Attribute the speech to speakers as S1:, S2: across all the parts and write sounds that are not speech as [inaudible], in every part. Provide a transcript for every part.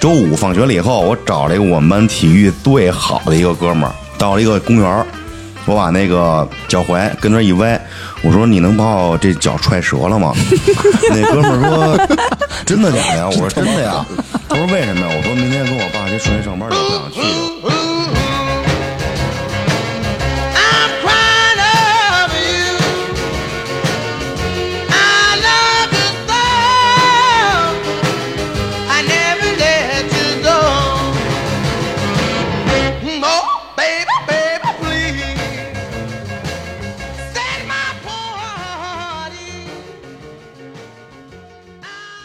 S1: 周五放学了以后，我找了一个我们班体育最好的一个哥们儿，到了一个公园儿，我把那个脚踝跟那儿一歪，我说你能把我这脚踹折了吗？ [laughs] 那哥们儿说真的假的呀？我说真的呀。他说为什么呀？我说明天跟我爸先出去上班去，不想去了。
S2: I'm crying over you. I love you so. I never let you go. Oh, baby, baby, please set my poor heart ease.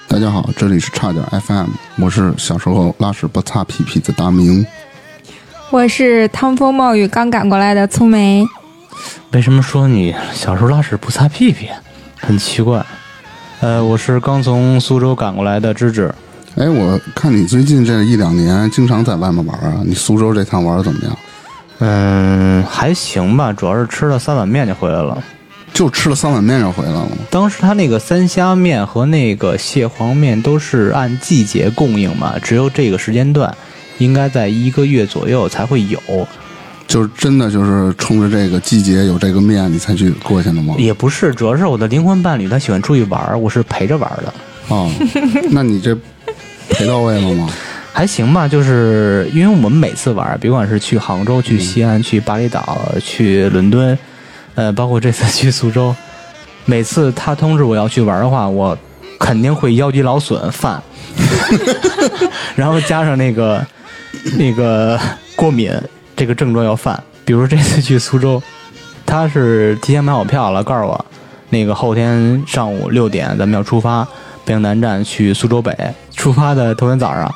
S3: 大家好，这里是差点 FM，我是小时候拉屎不擦屁屁的大明。
S4: 我是趟风冒雨刚赶过来的粗梅，
S5: 为什么说你小时候拉屎不擦屁屁？很奇怪。呃，我是刚从苏州赶过来的芝芝，
S3: 哎，我看你最近这一两年经常在外面玩啊，你苏州这趟玩的怎么样？
S5: 嗯，还行吧，主要是吃了三碗面就回来了。
S3: 就吃了三碗面就回来了吗？
S5: 当时他那个三虾面和那个蟹黄面都是按季节供应嘛，只有这个时间段，应该在一个月左右才会有，
S3: 就是真的就是冲着这个季节有这个面你才去过去的
S5: [laughs]
S3: 吗？
S5: 也不是，主要是我的灵魂伴侣他喜欢出去玩儿，我是陪着玩儿的。
S3: 哦，那你这赔到位了吗？
S5: 还行吧，就是因为我们每次玩儿，别管是去杭州、去西安、去巴厘岛、去伦敦，呃，包括这次去苏州，每次他通知我要去玩儿的话，我肯定会腰肌劳损犯，然后加上那个那个过敏这个症状要犯。比如这次去苏州，他是提前买好票了，告诉我那个后天上午六点咱们要出发，北京南站去苏州北。出发的头天早上，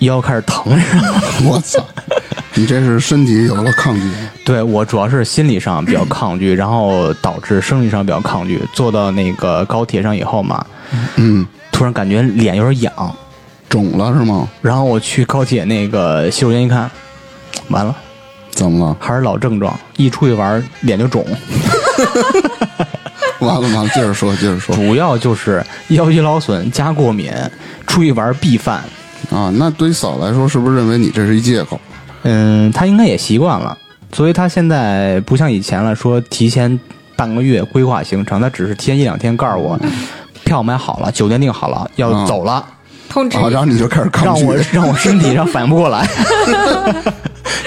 S5: 腰开始疼，你知道吗？
S3: [laughs] 我操，你这是身体有了抗拒。
S5: 对我主要是心理上比较抗拒，然后导致生理上比较抗拒。坐到那个高铁上以后嘛，
S3: 嗯，
S5: 突然感觉脸有点痒，
S3: 肿了是吗？
S5: 然后我去高铁那个洗手间一看，完了，
S3: 怎么了？
S5: 还是老症状，一出去玩脸就肿，
S3: 完了完了，接着说接着说
S5: 主要就是腰肌劳损加过敏，出去玩必犯。
S3: 啊！那对于嫂来说，是不是认为你这是一借口？
S5: 嗯，他应该也习惯了，所以他现在不像以前了，说提前半个月规划行程，他只是提前一两天告诉我，票买好了，酒店订好了，要
S3: 嗯
S5: 走了，
S4: 通知
S3: 啊，然后你就开始抗
S5: 让
S3: 拒
S5: 我。 [laughs] 让我身体上反应不
S3: [laughs]
S5: 过来。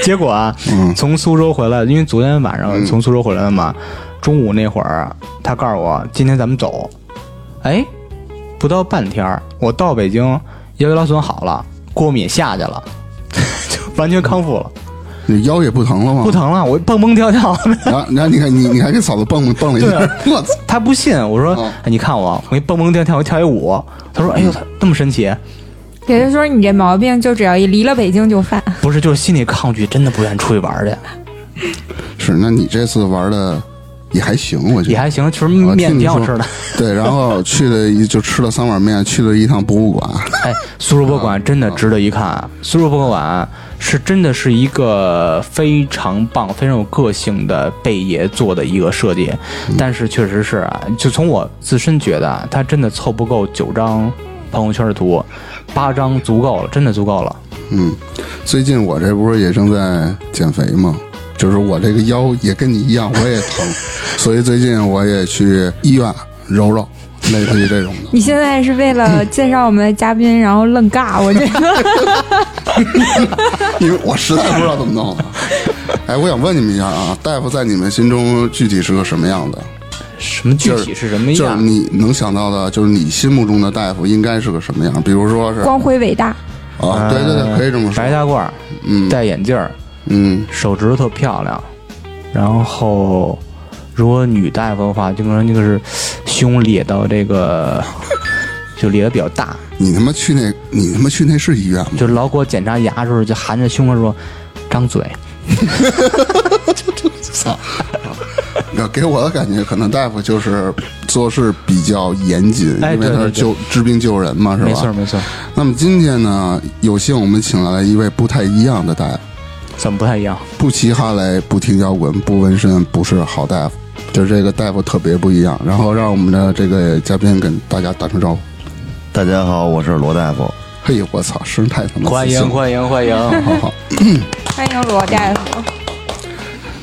S5: 结果啊，
S3: 嗯
S5: 从苏州回来，因为昨天晚上从苏州回来的嘛，中午那会儿他告诉我今天咱们走，哎，不到半天儿我到北京，腰肌劳损好了，过敏下去了， [laughs] 就完全康复了。
S3: 你腰也不疼了吗？
S5: 不。疼了，我蹦蹦
S3: [laughs]
S5: 跳跳。
S3: 然后然后你看你你还给嫂子蹦蹦了一下
S5: 对啊，
S3: 我操！
S5: 他不信，我说、
S3: 嗯
S5: 哎你看我，我一蹦蹦跳跳，我跳一舞。他说：“哎呦，这么神奇？
S4: 也就是说你这毛病就只要一离了北京就犯。 [laughs]
S5: 不是，就是心理抗拒，真的不愿意出去玩去，
S3: 是，那你这次玩的也还行，我觉得
S5: 也还行，其实
S3: 我哦听
S5: 面
S3: 你
S5: 挺好
S3: 说
S5: 吃的。
S3: [laughs] 对，然后去了一就吃了三碗面，去了一趟博物馆，
S5: 哎，苏州博
S3: [laughs]
S5: 物
S3: 嗯
S5: 馆真的值得一看。啊苏州博物馆是真的是一个非常棒、非常有个性的贝爷做的一个设计，
S3: 嗯
S5: 但是确实是啊，就从我自身觉得啊，它真的凑不够九张朋友圈的图，八张足够了，真的足够了。
S3: 嗯，最近我这不是也正在减肥吗？就是我这个腰也跟你一样，我也疼，所以最近我也去医院揉揉，类似于这种的。
S4: 你现在是为了介绍我们的嘉宾，然后愣尬，我这个
S5: [laughs]
S3: 因为我实在不知道怎么弄了。啊哎，我想问你们一下啊，大夫在你们心中具体是个什么样的？
S5: 什么具体是什么
S3: 就是
S5: 样？
S3: 你能想到的，就是你心目中的大夫应该是个什么样？比如说是
S4: 光辉伟大，
S3: 啊，对对对，可以这么说
S5: 哎白。大褂儿，
S3: 嗯
S5: 戴眼镜儿，
S3: 嗯，
S5: 手指头特漂亮，然后如果女大夫的话，就可能就是胸裂到这个，就裂的比较大，
S3: 你他妈去那，你他妈去那是医院吗？
S5: 就老给我检查牙的时候就含着胸口说张嘴，
S3: 操！给我的感觉，可能大夫就是做事比较严谨，
S5: 哎
S3: 因为
S5: 对
S3: 他是
S5: 对对
S3: 救治病救人嘛，是吧？
S5: 没错没错，
S3: 那么今天呢，有幸我们请来了一位不太一样的大夫，
S5: 怎么不太一样？
S3: 不骑哈雷，不听摇滚，不纹身，不是好大夫。就是这个大夫特别不一样。然后让我们的这个嘉宾跟大家打声招呼。
S1: 大家好，我是罗大夫。
S3: 嘿，我操，声太他妈
S5: 欢
S3: 自信
S5: 迎
S3: 了
S5: 欢迎欢 [laughs] 迎！
S3: 好好，
S4: 欢迎罗大夫。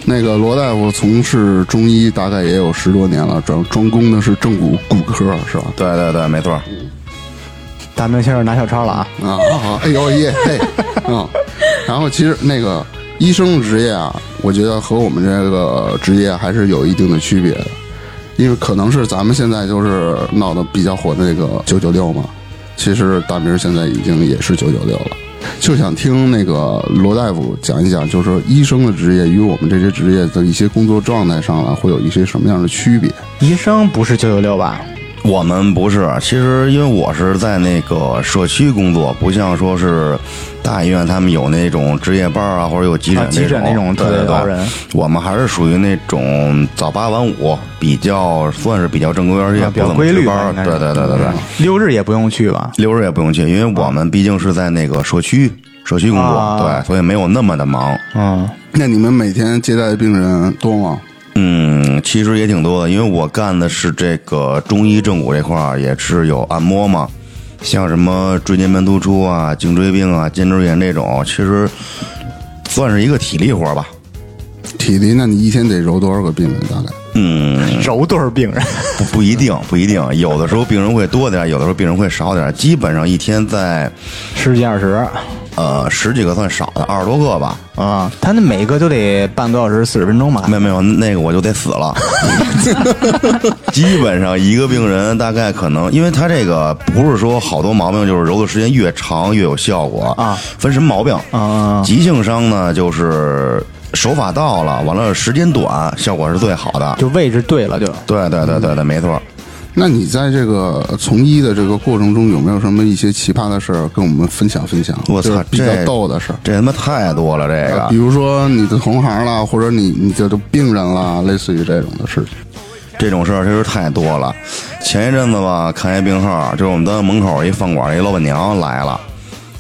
S3: 那个罗大夫从事中医大概也有十多年了，专专攻的是正骨骨科，是吧？
S1: 对对对，没错。
S5: 大明先生拿小抄了啊！
S3: 啊，好哎呦耶嘿，嗯，然后其实那个医生的职业啊，我觉得和我们这个职业还是有一定的区别的，因为可能是咱们现在就是闹得比较火的那个九九六嘛，其实大明现在已经也是九九六了。就想听那个罗大夫讲一讲，就是说医生的职业与我们这些职业的一些工作状态上啊，会有一些什么样的区别？
S5: 医生不是九九六吧？
S1: 我们不是，其实因为我是在那个社区工作，不像说是大医院，他们有那种值夜班啊，或者有急诊
S5: 啊急诊那种
S1: 对
S5: 特
S1: 对
S5: 别
S1: 对
S5: 高人，
S1: 我们还是属于那种早八晚五，比较算是比较正规，而且
S5: 啊
S1: 不
S5: 比较
S1: 怎么
S5: 规
S1: 值
S5: 律吧
S1: 班
S5: 应该
S1: 对
S5: 是嗯
S1: 对对对对，
S5: 六日也不用去吧？
S1: 六日也不用去，因为我们毕竟是在那个社区社区工作，
S5: 啊
S1: 对，所以没有那么的忙。
S5: 嗯，
S3: [clears throat] 那你们每天接待的病人多吗？
S1: 嗯，其实也挺多的，因为我干的是这个中医正骨这块儿，也是有按摩嘛，像什么椎间盘突出啊、颈椎病啊、肩周炎这种，其实算是一个体力活儿吧。
S3: 体力？那你一天得揉多少个病人？大概？
S1: 嗯，
S5: 揉对儿病人，
S1: 不不一定，不一定，有的时候病人会多点儿，有的时候病人会少点儿，基本上一天在
S5: 十几二十
S1: 呃十几个算少的，二十多个吧。
S5: 啊，他那每个就得半个小时四十分钟吧？
S1: 没有没有，那个我就得死了。 [laughs] 基本上一个病人大概可能，因为他这个不是说好多毛病，就是揉的时间越长越有效果
S5: 啊。
S1: 分什么毛病？
S5: 啊
S1: 急性伤呢，就是手法到了，完了时间短，效果是最好的。
S5: 就位置对了就。 [laughs]
S1: 对对对对对，没错。
S3: 那你在这个从医的这个过程中，有没有什么一些奇葩的事儿跟我们分享分享？
S1: 我操
S3: 就是比较
S1: 这
S3: 逗的事儿，
S1: 这他妈太多了，这
S3: 呃
S1: 个
S3: 比如说你的同行啦，或者你你的病人啦，类似于这种的事情。
S1: 这种事儿真是太多了。前一阵子吧，看一病号，就是我们单位门口一饭馆一老板娘来了，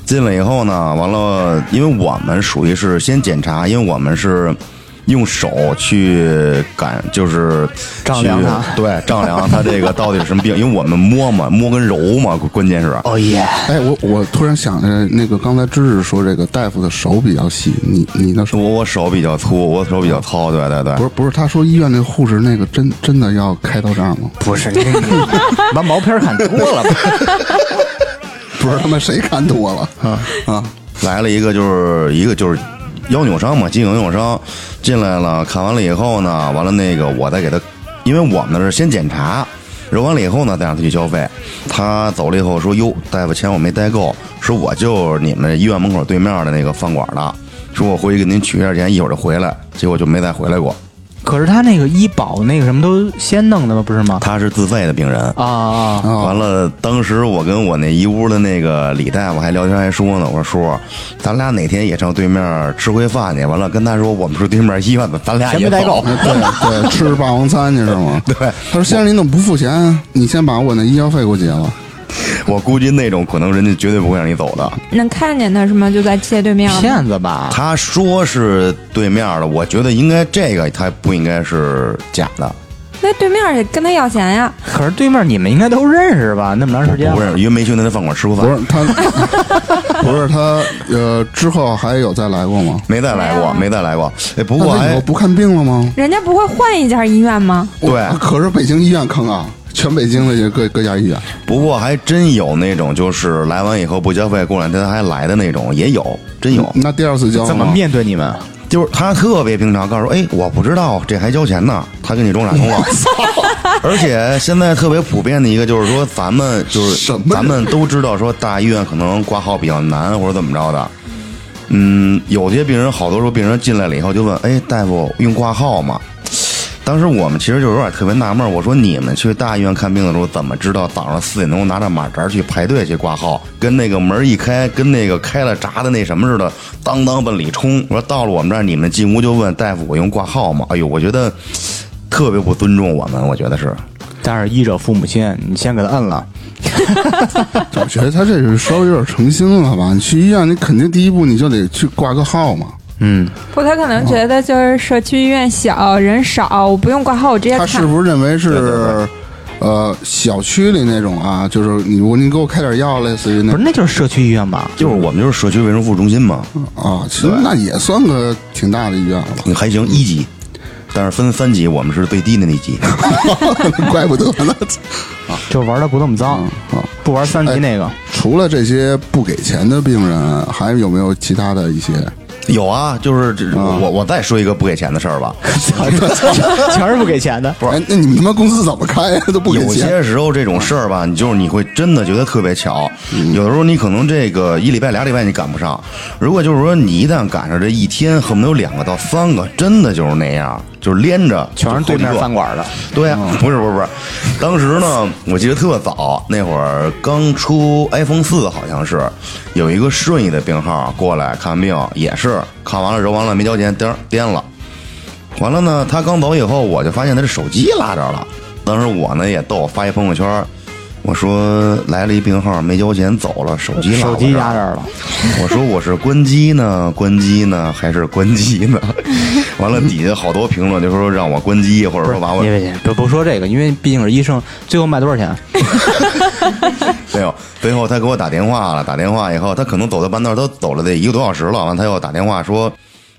S1: 进来以后呢，完了，因为我们属于是先检查，因为我们是。用手去感，就是
S5: 丈量
S1: 去
S5: 它
S1: [laughs] 对，丈量它这个到底是什么病，因为我们摸嘛，摸跟揉嘛，关键是，
S5: 哦耶！
S3: 哎，我我突然想起来，那个刚才知识说这个大夫的手比较细，你你的手
S1: 我我手比较粗，我手比较糙，对对对
S3: 不，是不是？他说医院那护士那个真真的要开到这儿吗？
S5: 不是你，完毛片看多了吧？
S3: 不是他妈谁看多了啊啊！
S1: 来了一个就是一个就是腰扭伤嘛，急性腰扭伤进来了，看完了以后呢，完了那个我再给他，因为我们是先检查，揉完了以后呢，再让他去交费。他走了以后说：“哟，大夫钱我没带够，说我就是你们医院门口对面的那个饭馆的，说我回去给您取一下钱，一会儿就回来。”结果就没再回来过。
S5: 可是他那个医保那个什么都先弄的吗？不是吗？
S1: 他是自费的病人。
S5: 啊啊！
S3: 哦
S1: 完了，当时我跟我那一屋的那个李大夫还聊天，还说呢，我说叔，咱俩哪天也上对面吃回饭去。完了，跟他说我们是对面医院的，咱俩
S5: 钱
S1: 也
S5: 没带
S1: 走
S5: 够
S3: 哎对对，吃霸王餐去是
S1: [laughs]
S3: 吗？对。他说：“先生，您怎么不付钱啊？你先把我那医药费给我结了。”
S1: 我估计那种可能人家绝对不会让你走的。
S4: 能看见他是吗？就在斜对面吗。
S5: 骗子吧？
S1: 他说是对面的，我觉得应该这个他不应该是假的，
S4: 那对面也跟他要钱呀？
S5: 可是对面你们应该都认识吧？那么长时间了
S1: 不是，因为没去那饭馆吃过
S3: 啊不
S1: 饭，
S3: 是他，不是他，呃，之后还有再来过吗？
S1: 没再来过，没再来过。哎，不过
S3: 那以后
S1: 哎，
S3: 不看病了吗？
S4: 人家不会换一家医院吗？
S1: 对，
S3: 可是北京医院坑啊，全北京的各各家医院，
S1: 不过还真有那种就是来完以后不交费，过两天他还来的那种，也有，真有。
S3: 那第二次交啊
S5: 怎么
S3: 吗？
S5: 面对你们？
S1: 就是他特别平常，告诉我，哎，我不知道这还交钱呢，他跟你装傻充愣。而且现在特别普遍的一个就是说，咱们就是
S3: 什么人
S1: 咱们都知道说大医院可能挂号比较难或者怎么着的。嗯，有些病人好多时候病人进来了以后就问，哎，大夫用挂号吗？当时我们其实就有点特别纳闷儿，我说你们去大医院看病的时候，怎么知道早上四点钟拿着马扎去排队去挂号，跟那个门儿一开，跟那个开了闸的那什么似的，当当奔里冲。我说到了我们这儿，你们进屋就问大夫我用挂号吗？哎呦，我觉得特别不尊重我们，我觉得是。
S5: 但是医者父母亲，你先给他摁了。
S3: 我觉得他这是稍微有点诚心了吧？你去医院，你肯定第一步你就得去挂个号嘛。
S5: 嗯，
S4: 不，他可能觉得就是社区医院小人少，我不用挂号，我直接
S3: 他
S4: 看。
S3: 是不是认
S1: 对对
S3: 为是呃，小区里那种啊，就是你我你给我开点药，类似于那
S5: 不是，那就是社区医院吧？
S1: 就是我们就是社区卫生服务中心嘛，
S3: 啊，其实那也算个挺大的医院了吧， [laughs]
S1: 还行一级，但是分三级，我们是最低的那级。
S3: 怪不得呢。 [laughs]
S5: 就玩的不那么脏，不玩三级那个。
S3: 除了这些不给钱的病人，还有没有其他
S1: [laughs]
S3: 的一些？
S1: 有啊，就是这我我再说一个不给钱的事儿吧。
S3: [laughs]
S5: [laughs] 全是不给钱的。
S3: 哎，那你们他妈公司怎么开呀？都不给
S1: 有
S3: 钱
S1: 些时候这种事儿吧，你就是你会真的觉得特别巧。有的时候你可能这个一礼拜、俩礼拜你赶不上，如果就是说你一旦赶上这一天，恨不得有两个到三个，真的就是那样，就是连着
S5: 全是对面
S1: 就好几个
S5: 饭馆的，
S1: 对呀、嗯不是不是不是，当时呢，我记得特早，那会儿刚出 iPhone 四，好像是有一个顺义的病号过来看病，也是看完了揉完了没交钱，颠儿颠了。完了呢，他刚走以后，我就发现他这手机落这儿了。当时我呢也逗，发一朋友圈，我说来了一病号没交钱走了，手机落
S5: 手
S1: 我
S5: 机
S1: 这
S5: 压
S1: 儿
S5: 这儿了，
S1: 我说我是关机呢，关机呢，还是关机呢？ [laughs] 完了底下好多评论就说让我关机，或者说把我
S5: 别别别，不不说这个，因为毕竟是医生，最后卖多少钱？
S1: 没有，最后他给我打电话了，打电话以后，他可能走到半道儿，都走了得一个多小时了，完他又打电话说，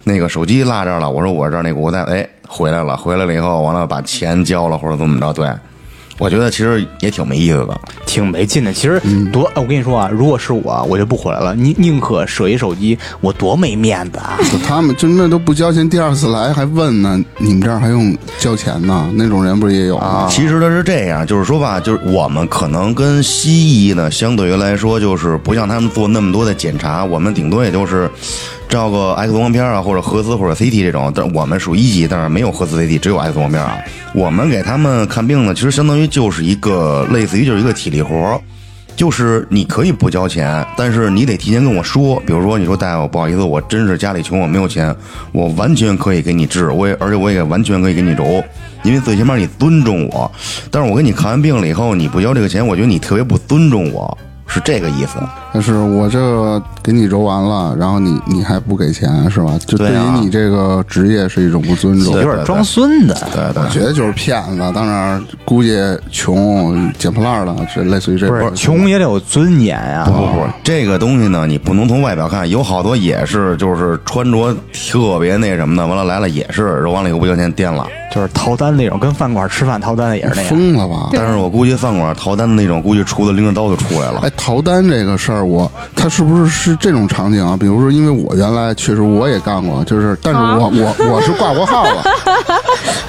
S1: 那个手机落这儿了，我说我这儿那个我在，哎，回来了，回来了以后，完了把钱交了或者怎么着，对，我觉得其实也挺没意思的，
S5: 挺没劲的。其实多，哎我跟你说啊，如果是我，我就不回来了，宁宁可舍一手机，我多没面子啊！
S3: 就他们真的都不交钱，第二次来还问呢，你们这儿还用交钱呢？那种人不是也有吗？
S1: 其实它是这样，就是说吧，就是我们可能跟西医呢，相对于来说，就是不像他们做那么多的检查，我们顶多也就是照个 X 光片啊，或者核磁或者 CT 这种。但我们属一级，但是没有核磁 CT，只有 X 光片啊。我们给他们看病呢，其实相当于就是一个类似于就是一个体力活儿。就是你可以不交钱，但是你得提前跟我说，比如说你说大夫，不好意思，我真是家里穷，我没有钱，我完全可以给你治，我也而且我也完全可以给你揉，因为最起码你尊重我。但是我给你看完病了以后，你不交这个钱，我觉得你特别不尊重我，是这个意思。
S3: 但是我这个给你揉完了，然后你你还不给钱是吧？就对
S1: 对啊
S3: 于你这个职业是一种不尊重。
S5: 有点装孙子。
S1: 对对
S3: 我觉得就是骗子，当然估计穷捡破烂了，这类似于这
S5: 不
S3: 种
S5: 是，穷也得有尊严啊！
S1: 不不，这个东西呢，你不能从外表看，有好多也是就是穿着特别那什么的，完了来了也是揉完了以后不交钱颠了。
S5: 就是逃单那种，跟饭馆吃饭逃单的也是那样。
S3: 疯了吧？
S1: 但是我估计饭馆逃单的那种，估计厨子拎着刀就出来了。
S3: 哎，逃单这个事儿，我他是不是是这种场景啊？比如说，因为我原来确实我也干过，就是，但是我、我我是挂过号了，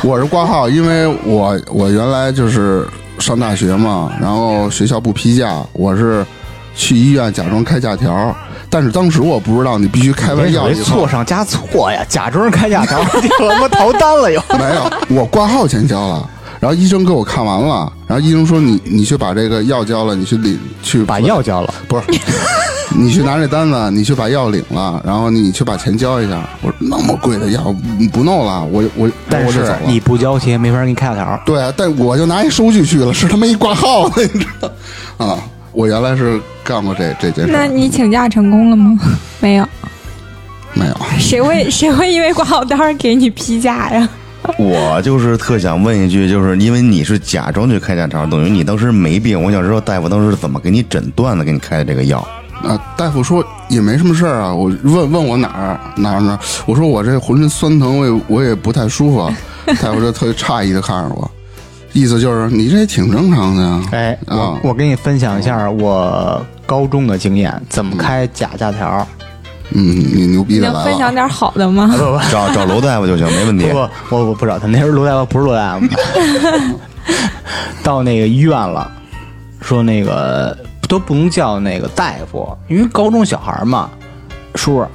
S3: 我是挂号，因为我我原来就是上大学嘛，然后学校不批假，我是去医院假装开假条，但是当时我不知道你必须开完药
S5: 别
S3: 以后
S5: 错上加错呀，假装开假条，结果他妈逃单了又。
S3: [laughs] 没有，我挂号钱交了，然后医生给我看完了，然后医生说你你去把这个药交了，你去领去
S5: 把药交了，
S3: 不是，你去拿这单子，你去把药领了，然后你去把钱交一下。我说那么贵的药嗯不弄了，我我
S5: 但
S3: 我就是走了。
S5: 你不交钱，没法给你开假条。
S3: 对啊，但我就拿一收据去了，是他妈一挂号的，你知道啊？我原来是干过这这件事
S4: 那
S3: 儿，
S4: 你请假成功了吗？ [laughs] 没有，
S3: 没有。
S4: 谁会谁会因为挂好单儿给你批假呀？
S1: 我就是特想问一句，就是因为你是假装去开假条，等于你当时没病，我想知道大夫当时是怎么给你诊断的，给你开的这个
S5: [laughs]
S1: 药。
S3: 啊，大夫说也没什么事儿啊，我问问我哪儿哪儿哪儿，我说我这浑身酸疼，我也我也不太舒服啊，大夫就特别诧异的看着我，意思就是你这也挺正常的呀。
S5: 哎，我
S3: 啊
S5: 我给你分享一下我高中的经验，怎么开假假条。
S3: 嗯，你牛逼
S4: 你
S3: 的
S4: 能
S3: 来
S4: 分享
S3: 了，
S4: 点好的吗？
S1: 呃找找罗大夫就行，没问题
S5: [laughs] 不。不，我我不找他，那时候罗大夫不是罗大夫，到那个医院了，说那个都不能叫那个大夫，因为高中小孩嘛，叔叔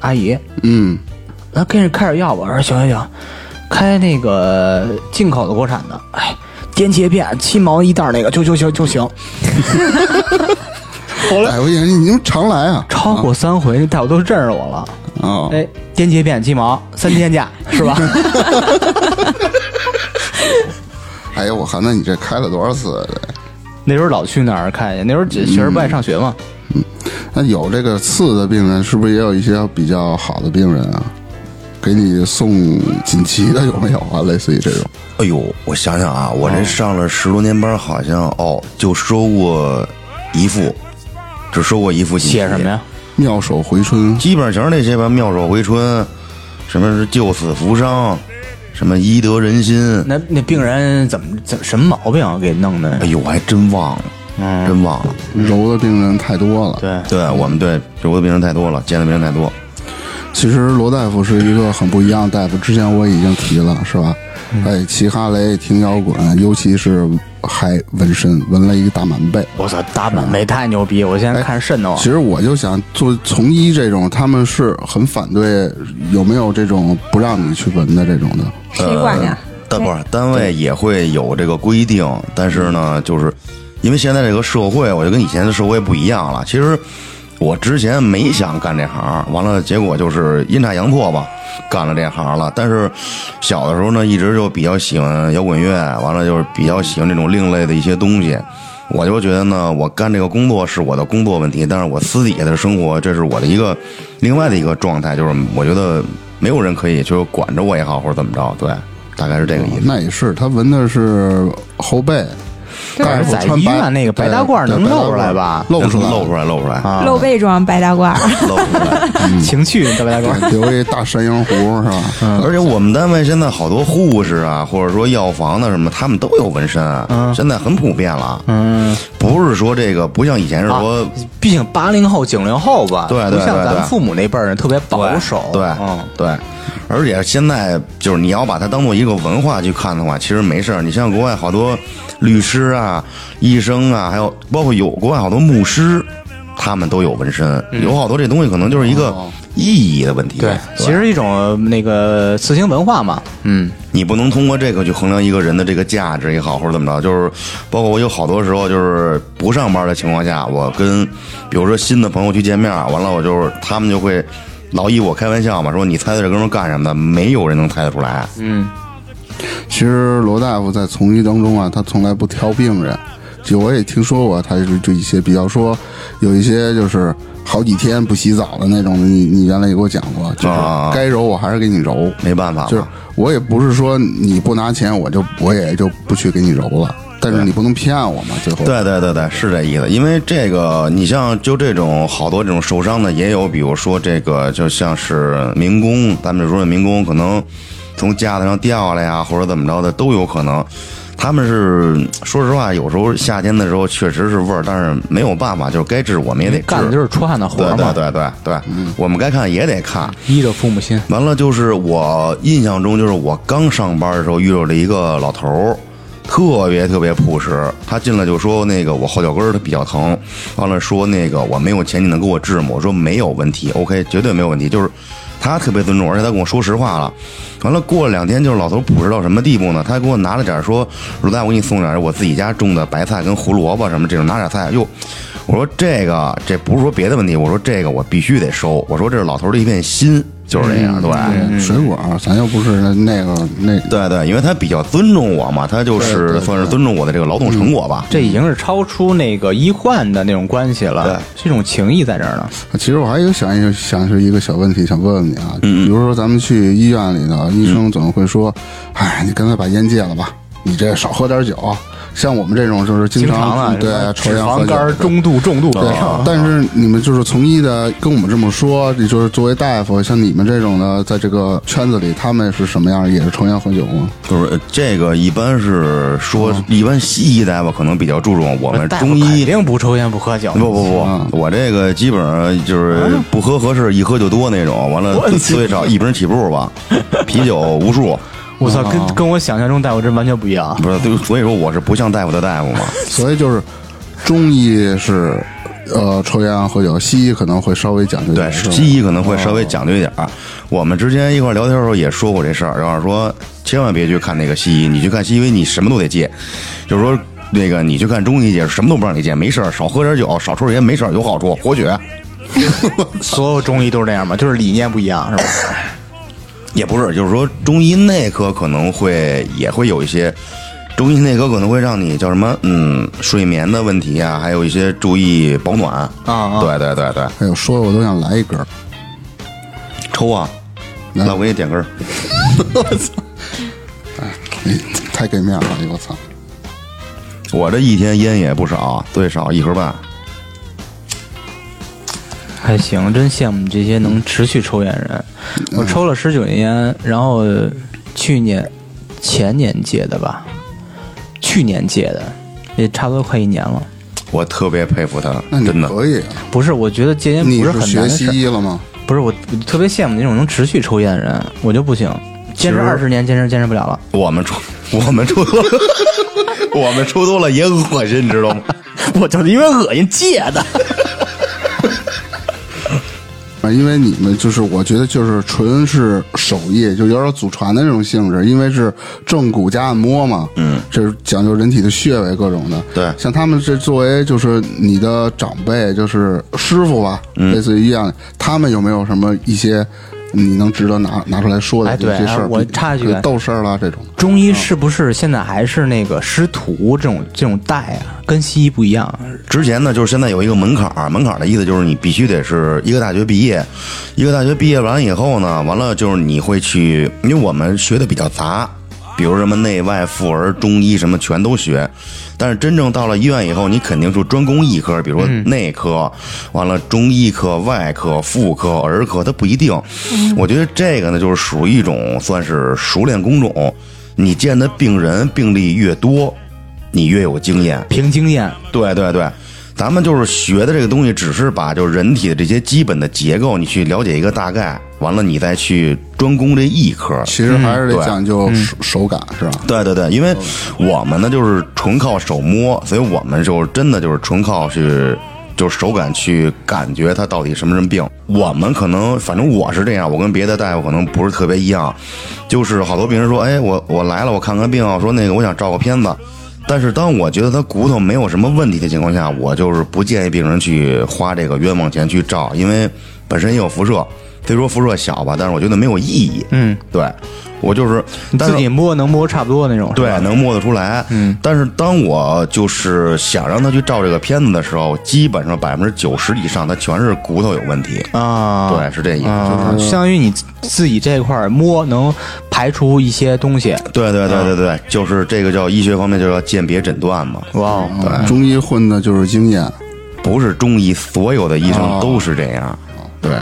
S5: 阿姨，
S3: 嗯，
S5: 咱给你开点药吧。我说行行行，开那个进口的国产的，哎，颠茄片七毛一袋儿那个就就行就行。后来
S3: 大夫也你你们常来啊，
S5: 超过三回，那大夫都认识我了。
S3: 啊，
S5: 哎，颠茄片七毛，三天假是吧？
S3: 哎呀，我喊那你这开了多少次？
S5: 那时候老去那儿看去，那时候确实不爱上学嘛。
S3: 那有这个次的病人，是不是也有一些比较好的病人啊？给你送锦旗的有没有啊？类似于这种，
S1: 哎呦，我想想啊，我这上了十多年班，好像哦，就收过一副，只收过一副信。
S5: 写什么呀？？
S3: 妙手回春，
S1: 基本上那些吧，妙手回春，什么是救死扶伤，什么医得人心。
S5: 那那病人怎么怎什么毛病啊给弄的
S1: 哎？呦，我还真忘了，
S5: 嗯
S1: 真忘了。
S3: 柔的病人太多了。
S5: 对，
S1: 对我们对柔的病人太多了，见的病人太多。
S3: 其实罗大夫是一个很不一样的大夫，之前我已经提了，是吧？
S5: 嗯
S3: 哎，骑哈雷、听摇滚，尤其是还纹身，纹了一个大满背。
S5: 我操，大满没太牛逼，我现在看着瘆得慌
S3: 其。实我就想做从医这种，他们是很反对有没有这种不让你去纹的这种的。
S4: [laughs] 谁管呀？
S1: 但不是单位也会有这个规定，但是呢，就是因为现在这个社会，我就跟以前的社会不一样了。其实我之前没想干这行，完了结果就是阴差阳错吧，干了这行了。但是小的时候呢，一直就比较喜欢摇滚乐，完了就是比较喜欢这种另类的一些东西。我就觉得呢，我干这个工作是我的工作问题，但是我私底下的生活，这是我的一个另外的一个状态，就是我觉得没有人可以就是管着我也好，或者怎么着，对，大概是这个意思。
S3: 那也是，他纹的是后背，
S5: 但是在医院那个白大褂能露出来吧？
S3: 露出来，
S1: 露出来，露出来，
S5: 啊，
S4: 露背装白大褂，
S1: 露出来。
S5: 情趣大白大褂。
S3: 对留一大山羊胡是吧？
S1: [laughs] 而且我们单位现在好多护士啊，或者说药房的什么，他们都有纹身，啊现在很普遍了。
S5: 嗯，
S1: 不是说这个，不像以前是
S5: 啊
S1: 说，
S5: [laughs] 毕竟八零后、九零后吧，
S1: 对对
S5: 不像
S1: 对
S5: 咱
S1: 对
S5: 们父母那辈儿人特别保守。
S1: 对
S5: 嗯，
S1: 对。而且现在就是你要把它当做一个文化去看的话，其实没事儿。你像国外好多律师啊、医生啊，还有包括有国外好多牧师，他们都有纹身，有好多这东西可能就是一个意义的问题。
S5: 对，
S1: 对
S5: 其实一种呃那个次兴文化嘛，嗯，
S1: 你不能通过这个去衡量一个人的这个价值也好，或者怎么着，就是包括我有好多时候就是不上班的情况下，我跟比如说新的朋友去见面，完了我就是他们就会老以我开玩笑嘛，说你猜猜这哥们儿干什么的，没有人能猜得出来。
S3: 嗯其实罗大夫在从医当中啊，他从来不挑病人。就我也听说过，他就是就一些比较说，有一些就是好几天不洗澡的那种，你你原来也给我讲过，就是
S1: 啊
S3: 该揉我还是给你揉，
S1: 没办法嘛，
S3: 就是我也不是说你不拿钱我就我也就不去给你揉了，但是你不能骗我嘛，最后
S1: 对对对对，是这意思。因为这个，你像就这种好多这种受伤的，也有，比如说这个，就像是民工，咱们就说的民工，可能从架子上掉下来呀，或者怎么着的，都有可能。他们是说实话，有时候夏天的时候确实是味儿，但是没有办法，就是该治我们也得治。
S5: 干的就是出汗的活
S1: 对
S5: 儿
S1: 对
S5: 嘛，
S1: 对对对，我们该看也得看。
S5: 依着父母心。
S1: 完了，就是我印象中，就是我刚上班的时候遇到了一个老头儿，特别特别朴实。他进来就说那个我后脚跟儿他比较疼，完了说那个我没有钱，你能给我治吗？我说没有问题，OK，绝对没有问题。就是他特别尊重，而且他跟我说实话了。完了，过了两天，就是老头儿朴实到什么地步呢？他还给我拿了点儿说，鲁大，我给你送点儿我自己家种的白菜跟胡萝卜什么这种，拿点儿菜。哟，我说这个这不是说别的问题，我说这个我必须得收。我说这是老头儿的一片心，就是这
S5: 嗯
S1: 样，对。
S3: 水果啊咱又不是那个那
S1: 对对，因为他比较尊重我嘛，他就是算是尊重我的这个劳动成果吧。
S5: 这已经是超出那个医患的那种关系了
S1: 对，
S5: 是一种情谊在这儿呢。
S3: 啊其实我还有想一想是一个小问题，想问问你啊，
S5: 嗯
S3: 比如说咱们去医院里头，医生总会说，哎，你干脆把烟戒了吧，你这少喝点酒。啊像我们这种就是经
S5: 经常啊，
S3: 对
S5: 什么
S3: 抽
S5: 脂
S3: 烟喝
S5: 肪
S3: 酒
S5: 肝儿中啊度、重度，
S3: 对，啊但是你们就是从医的跟我们这么说，你就是作为大夫，像你们这种的，在这个圈子里，他们是什么样？也是抽烟喝酒吗？
S1: 就是呃这个一般是说，一般西医大夫可能比较注重我们
S5: 哦呃大夫
S1: 中
S5: 肯
S1: 医。
S5: 定不抽烟不喝酒。
S1: 不不不，我这个基本上就是不喝合适，一喝就多那种。完了，最少一瓶起步 [laughs] 吧，啤酒无数。
S5: 我操，跟跟我想象中大夫真完全不一样。啊
S1: 不是，对所以说我是不像大夫的大夫嘛。
S3: 所以就是中医是呃抽烟喝酒，西医可能会稍微讲究
S1: 对，哦
S3: 点，是吧
S1: 西医可能会稍微讲究一点儿。啊我们之前一块儿聊天的时候也说过这事儿，然后说千万别去看那个西医，你去看西医，因为你什么都得戒，就是说。那个，你去看中医去，什么都不让你戒，没事儿，少喝点酒，少抽点烟，没事儿，有好处，活血。
S5: [laughs] 所有中医都是这样嘛，就是理念不一样，是吧？
S1: 也不是，就是说中医内科可能会也会有一些，中医内科可能会让你叫什么，嗯，睡眠的问题啊，还有一些注意保暖
S5: 啊啊
S1: 对对对对，
S3: 哎呦，说的我都想来一根儿。
S1: 抽啊，那我给你点根儿。
S3: 哎太给面了，哎呦我操！
S1: 我这一天烟也不少，最少一盒半。
S5: [laughs] 还行，真羡慕这些能持续抽烟人。我抽了十九年烟，然后去年、前年戒的吧，去年戒的，也差不多快一年了。
S1: 我特别佩服他，
S3: 那你
S1: 真的。
S3: 可以啊，
S5: 不是，我觉得戒烟
S3: 你
S5: 哎不很难
S3: 学
S5: 的
S3: 西
S5: 事儿，
S3: 医了吗？
S5: 不是我我特别羡慕那种能持续抽烟的人，我就不行，坚持二十年，坚持坚持不了了。
S1: 我们抽，我们抽多了，我们抽多了也恶心，你知道吗？
S5: [laughs] 我就是因为恶心戒的。
S3: 啊，因为你们就是，我觉得就是纯是手艺，就有点祖传的那种性质，因为是正骨加按摩嘛，嗯，这是讲究人体的穴位各种的。
S1: 对
S3: 像他们这作为就是你的长辈，就是师傅吧，
S1: 嗯
S3: 类似于一样，他们有没有什么一些你能值得拿拿出来说的
S5: 哎
S3: 这
S5: 对
S3: 些事
S5: 哎
S3: 儿？
S5: 我
S3: 比
S5: 插一句
S3: 比如斗事儿啦这种。
S5: 中医是不是现在还是那个师徒这种这种带啊？跟西医不一样，
S1: 之前呢，就是现在有一个门槛儿，门槛儿的意思就是你必须得是一个大学毕业，一个大学毕业完以后呢，完了就是你会去，因为我们学的比较杂，比如什么内外妇儿、中医什么全都学，但是真正到了医院以后，你肯定是专攻一科，比如说内科，完了中医科、外科、妇科、儿科，它不一定。我觉得这个呢，就是属于一种算是熟练工种，你见的病人病例越多，你越有经验。
S5: 凭经验。
S1: 对对对，咱们就是学的这个东西，只是把就是人体的这些基本的结构，你去了解一个大概，完了你再去专攻这一科。
S3: 其
S5: 嗯
S3: 实还是
S1: 对
S3: 得讲究手手感，是吧？
S1: 对对对，因为我们呢就是纯靠手摸，所以我们就真的就是纯靠去。就是手感去感觉它到底什么什么病，我们可能反正我是这样，我跟别的大夫可能不是特别一样，就是好多病人说，哎，我我来了，我看看病，说那个我想照个片子，但是当我觉得他骨头没有什么问题的情况下，我就是不建议病人去花这个冤枉钱去照，因为本身也有辐射，虽说辐射小吧，但是我觉得没有意义。
S5: 嗯，
S1: 对我就是，但
S5: 自
S1: 是
S5: 己摸能摸差不多那种。是
S1: 对
S5: 吧，
S1: 能摸得出来。嗯，但是当我就是想让他去照这个片子的时候，基本上百分之九十以上，他全是骨头有问题。
S5: 啊，
S1: 对，是这意思。
S5: 啊，相当于你自自己这块儿摸能排除一些东西。
S1: 对对对对对，啊就是这个叫医学方面就叫鉴别诊断嘛。
S5: 哇哦，
S3: 啊中医混的就是经验，
S1: 不是中医，所有的医生都是这样。啊对，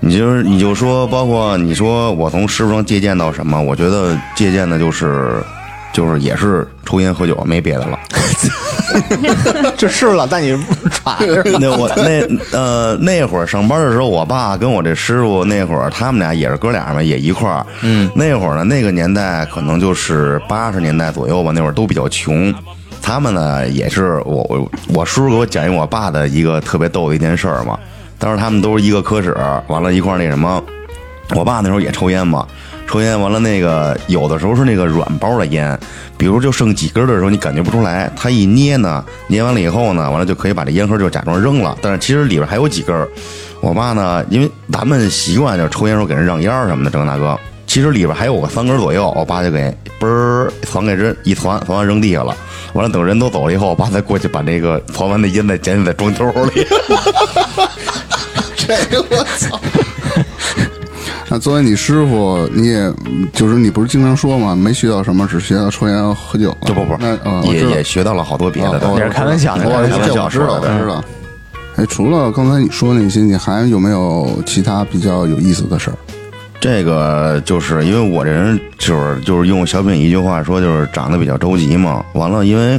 S1: 你就是你就说，包括你说我从师傅上借鉴到什么，我觉得借鉴的就是。就是也是抽烟喝酒，没别的了。
S5: 这是了，但你不传 [laughs] 是吧？
S1: 那我那呃那会儿上班的时候，我爸跟我这师傅那会儿，他们俩也是哥俩嘛，也一块儿。嗯，那会儿呢，那个年代可能就是八十年代左右吧，那会儿都比较穷。他们呢也是我我我叔叔给我讲一我爸的一个特别逗的一件事儿嘛。当时他们都是一个科室，完了一块儿那什么，我爸那时候也抽烟嘛，抽烟完了那个有的时候是那个软包的烟，比如就剩几根的时候你感觉不出来，他一捏呢，捏完了以后呢，完了就可以把这烟盒就假装扔了，但是其实里边还有几根儿。我爸呢，因为咱们习惯就是抽烟时候给人让烟儿什么的，这个那个，其实里边还有个三根儿左右，我爸就给嘣儿传给扔一传，传完扔地下了。完了等人都走了以后，我爸再过去把那个传完的烟再捡起来装兜
S3: [laughs]
S1: 里。
S3: 这个我操！ [laughs] 那作为你师傅，你也嗯就是你不是经常说嘛，没学到什么，只学到抽烟喝酒了。
S1: 这不不
S3: 那呃，我
S1: 也
S3: 知道
S1: 也学到了好多别的。
S3: 哦
S1: 对
S5: 那是开玩笑的
S3: 哦
S5: 那是开玩
S3: 这
S1: 笑
S3: 我知道，
S1: 说的
S3: 我知道。哎，除了刚才你说那些，你还有没有其他比较有意思的事儿？
S1: 这个就是因为我这人就是就是用小品一句话说，就是长得比较着急嘛。完了，因为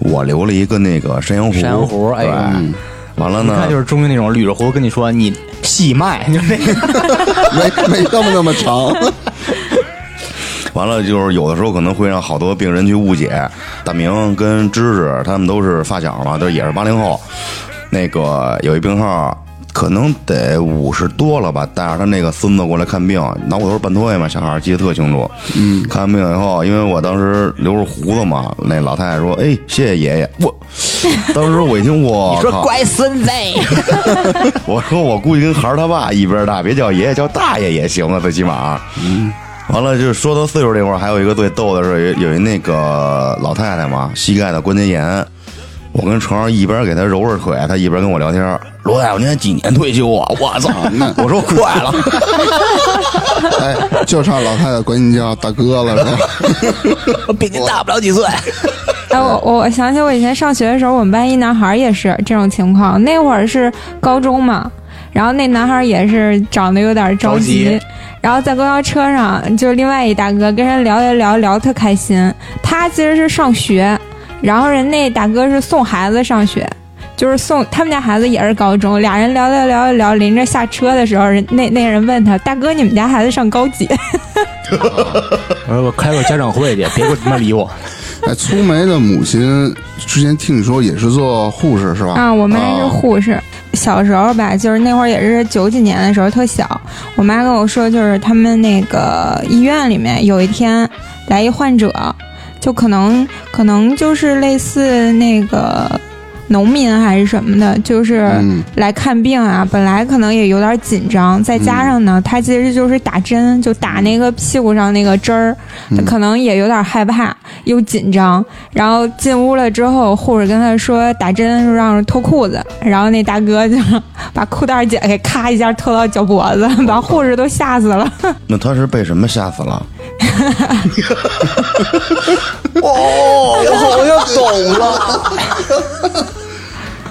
S1: 我留了一个那个山羊胡，
S5: 山羊胡哎
S1: 对
S5: 呦嗯，
S1: 完了
S5: 你看就
S1: 呢，
S5: 是中医那种捋着胡跟你说你细脉，就那个。
S3: 没没那么那么长，
S1: 完了就是有的时候可能会让好多病人去误解，大明跟芝芝他们都是发小嘛，都也是八零后。那个有一病号，可能得五十多了吧，带着他那个孙子过来看病，脑骨头半脱位嘛，小孩儿记得特清楚。嗯，看完病以后，因为我当时留着胡子嘛，那老太太说：“哎，谢谢爷爷。”我当时我一听，我
S6: [laughs] 你说
S1: 靠
S6: 乖孙
S5: [laughs]
S6: 子，
S1: [laughs] 我说我估计跟孩儿他爸一边大，别叫爷爷叫大爷也行啊，最起码。嗯。完了，就是说到岁数这块儿，还有一个最逗的是，有有一那个老太太嘛，膝盖的关节炎，我跟床上一边给他揉着腿，他一边跟我聊天儿。罗大夫，您几年退休啊？我
S3: [laughs]
S1: 操！我说快了，
S3: 哎，就差老太太管你叫大哥了，是吧？
S5: 我比您大不了几岁。
S4: 哎，我我我想起我以前上学的时候，我们班一男孩儿也是这种情况。那会儿是高中嘛，然后那男孩儿也是长得有点着急，
S5: 着急
S4: 然后在公交车上，就另外一大哥跟人聊一聊，聊得特开心。他其实是上学，然后人那大哥是送孩子上学。就是送他们家孩子也是高中，俩人聊聊聊一聊，临着下车的时候，人那那人问他大哥，你们家孩子上高几？
S5: 我说我开个家长会去，别给我他妈理
S4: [laughs]
S5: 我。
S3: 哎，粗梅的母亲之前听你说也是做护士是吧？
S4: 啊，我妈是
S3: 哦
S4: 护士。小时候吧，就是那会儿也是九几年的时候，特小。我妈跟我说，就是他们那个医院里面有一天来一患者，就可能可能就是类似那个农民还是什么的，就是
S3: 嗯
S4: 来看病啊。本来可能也有点紧张，
S5: 嗯
S4: 再加上呢，他其实就是打针，就打那个屁股上那个针儿，
S5: 嗯
S4: 他可能也有点害怕又紧张。然后进屋了之后，护士跟他说打针就让人脱裤子，然后那大哥就把裤带解开，咔一下脱到脚脖子，把护士都吓死了。
S1: 那他是被什么吓死了？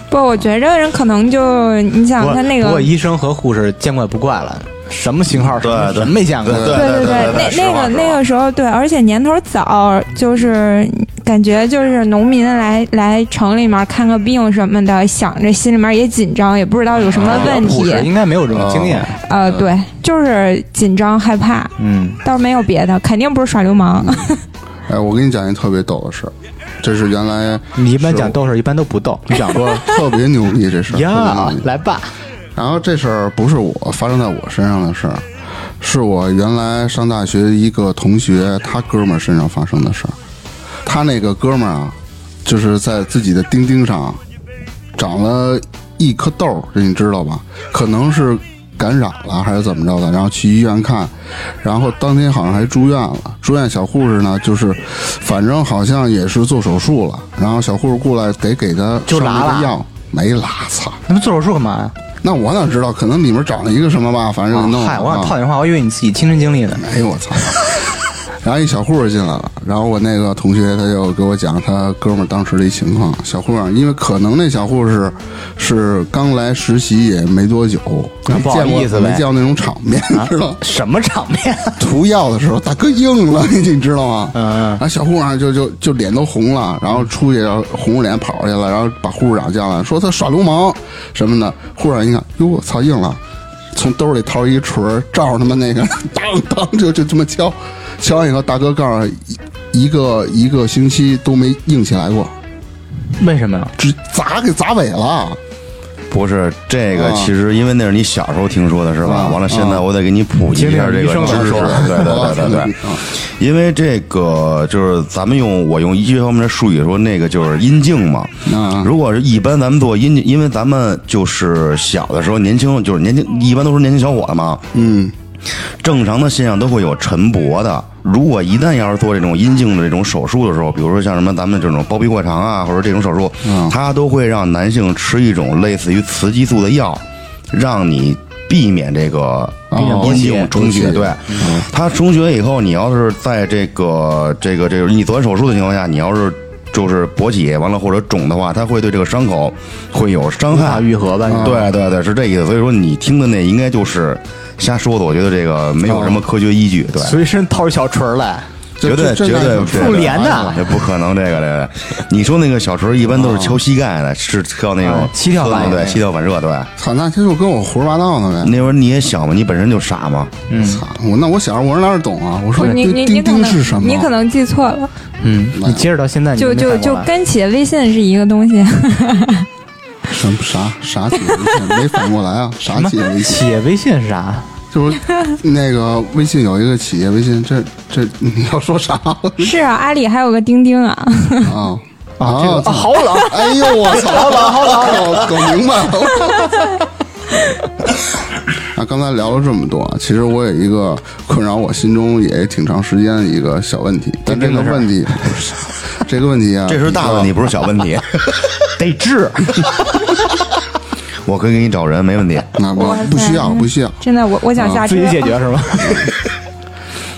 S4: 不，我觉着人可能就你想
S5: 不过
S4: 啊他那
S5: 不
S4: 个
S5: 过医生和护士见怪不怪了，什么型号什么
S1: 对对
S5: 什么没见过。
S1: 对
S4: 对
S1: 对
S4: 那那个那个时候对，而且年头早，就是感觉就是农民来来城里面看个病什么的，想着心里面也紧张，也不知道有什么问
S5: 护
S4: 题
S5: 士，应该没有这种经验。
S4: 呃，对，就是紧张害怕，
S5: 嗯，
S4: 倒是没有别的，肯定不是耍流氓。
S3: 哎，我跟你讲一特别逗的事儿，这是原来
S5: 你一般讲斗事一般都不斗，你讲
S3: 不
S5: [laughs] 说
S3: 特别牛逼这事儿，特
S5: 呀
S3: 别牛，逼。
S5: 来吧，
S3: 然后这事儿不是我发生在我身上的事儿，是我原来上大学一个同学他哥们儿身上发生的事儿。他那个哥们儿啊，就是在自己的丁丁上长了一颗痘儿，这你知道吧？可能是感染了还是怎么着的，然后去医院看，然后当天好像还住院了。住院小护士呢，就是反正好像也是做手术了，然后小护士过来得给他
S5: 就
S3: 上
S5: 拉
S3: 那
S5: 了
S3: 个药，没拉，操！
S5: 那么做手术干嘛呀？啊
S3: 那我哪知道？可能里面长了一个什么吧，
S5: 哎
S3: 反正给弄了、
S5: 嗨，我想
S3: 啊
S5: 套你话，我以为你自己亲身经历呢。
S3: 哎呦我操！然后一小护士进来了，然后我那个同学他就给我讲他哥们儿当时的一情况。小护士，因为可能那小护士是刚来实习也没多久，
S5: 那
S3: 没
S5: 不好
S3: 见过
S5: 意思呗啊
S3: 没见过那种场面，知道吗？
S5: 什么场面？
S3: 涂药的时候，大哥硬了，你知道吗？
S5: 嗯
S3: 然后小护士啊长就就就脸都红了，然后出去然后红着脸跑出去了，然后把护士长叫来，说他耍流氓什么的。护士长一看，哟，我操，硬了，从兜里掏出一锤儿，照着他妈那个 [laughs] 当当就就这么敲，敲完以后，大哥告诉他一一个一个星期都没硬起来过，
S5: 为什么呀？
S3: 只砸给砸萎了。
S1: 不是这个，
S3: 啊
S1: 其实因为那是你小时候听说的是吧？
S3: 啊
S1: 完了，现在我得给你普及一下这个
S5: 听听医生
S1: 知
S5: 怎么
S1: 识。
S5: 说
S1: 对
S3: 哦
S1: 对对对对，因为这个就是咱们用我用医学方面的术语说，那个就是阴茎嘛。
S3: 啊
S1: 如果是一般咱们做阴茎，因为咱们就是小的时候年轻，就是年轻，一般都是年轻小伙子嘛。
S3: 嗯，
S1: 正常的现象都会有晨勃的。如果一旦要是做这种阴茎的这种手术的时候，比如说像什么咱们这种包皮灌肠啊，或者这种手术，
S3: 嗯
S1: 它都会让男性吃一种类似于雌激素的药，让你避免这个
S3: 避免
S1: 阴
S5: 勃
S1: 茎
S5: 起
S1: 充血。
S3: 勃起
S1: 对，它充血以后，你要是在这个这个这个你做完手术的情况下，你要是就是勃起完了或者肿的话，它会对这个伤口会有伤
S5: 无
S1: 害
S5: 法。愈合吧？
S1: 对对对，是这意思。所以说你听的那应该就是瞎说的，我觉得这个没有什么科学依据，对，
S5: 随身掏出小锤儿来，
S1: 绝对
S3: 这
S1: 绝对
S5: 不连的
S1: 这不可能。这个这个，你说那个小锤儿一般都是敲膝盖的，是敲那种
S5: 啊膝跳反应
S1: 对，膝跳反射，对。
S3: 操，那他就跟我胡说八道呢呗。
S1: 那会儿你也小嘛，你本身就傻嘛，
S3: 操！我那我小时候我哪儿懂啊？我说
S4: [laughs] 你你
S3: 丁
S4: 你
S3: 丁
S4: 可能
S3: 丁是什么？
S4: 你可能记错了，
S5: 嗯，你接着到现在你
S4: 就
S5: 没
S4: 就
S5: 反过
S4: 就
S5: 来
S4: 跟起微信是一个东西。
S3: 什么啥啥姐微信没反过来啊？啥
S5: 什么
S3: 姐微信？ [laughs]
S5: 企业微信是啥？
S3: 就是那个微信有一个企业微信，这这你要说啥 [laughs] 啊？
S4: 是啊，阿里还有个钉钉啊。
S3: 啊啊！操
S5: 好冷，
S3: 哎呦我操！好冷好冷，搞明白了。 [laughs] 那刚才聊了这么多，啊其实我有一个困扰我心中也挺长时间的一个小问题，但这个问题， [laughs] 这个问题啊，
S1: 这是大问题，不是小问题。
S5: 得治。
S1: [laughs] 我可以给你找人，没问题。
S3: 那不
S4: 哇塞
S3: 不需要不需要。
S4: 真的，我我想下车。
S5: 自己解决是吧？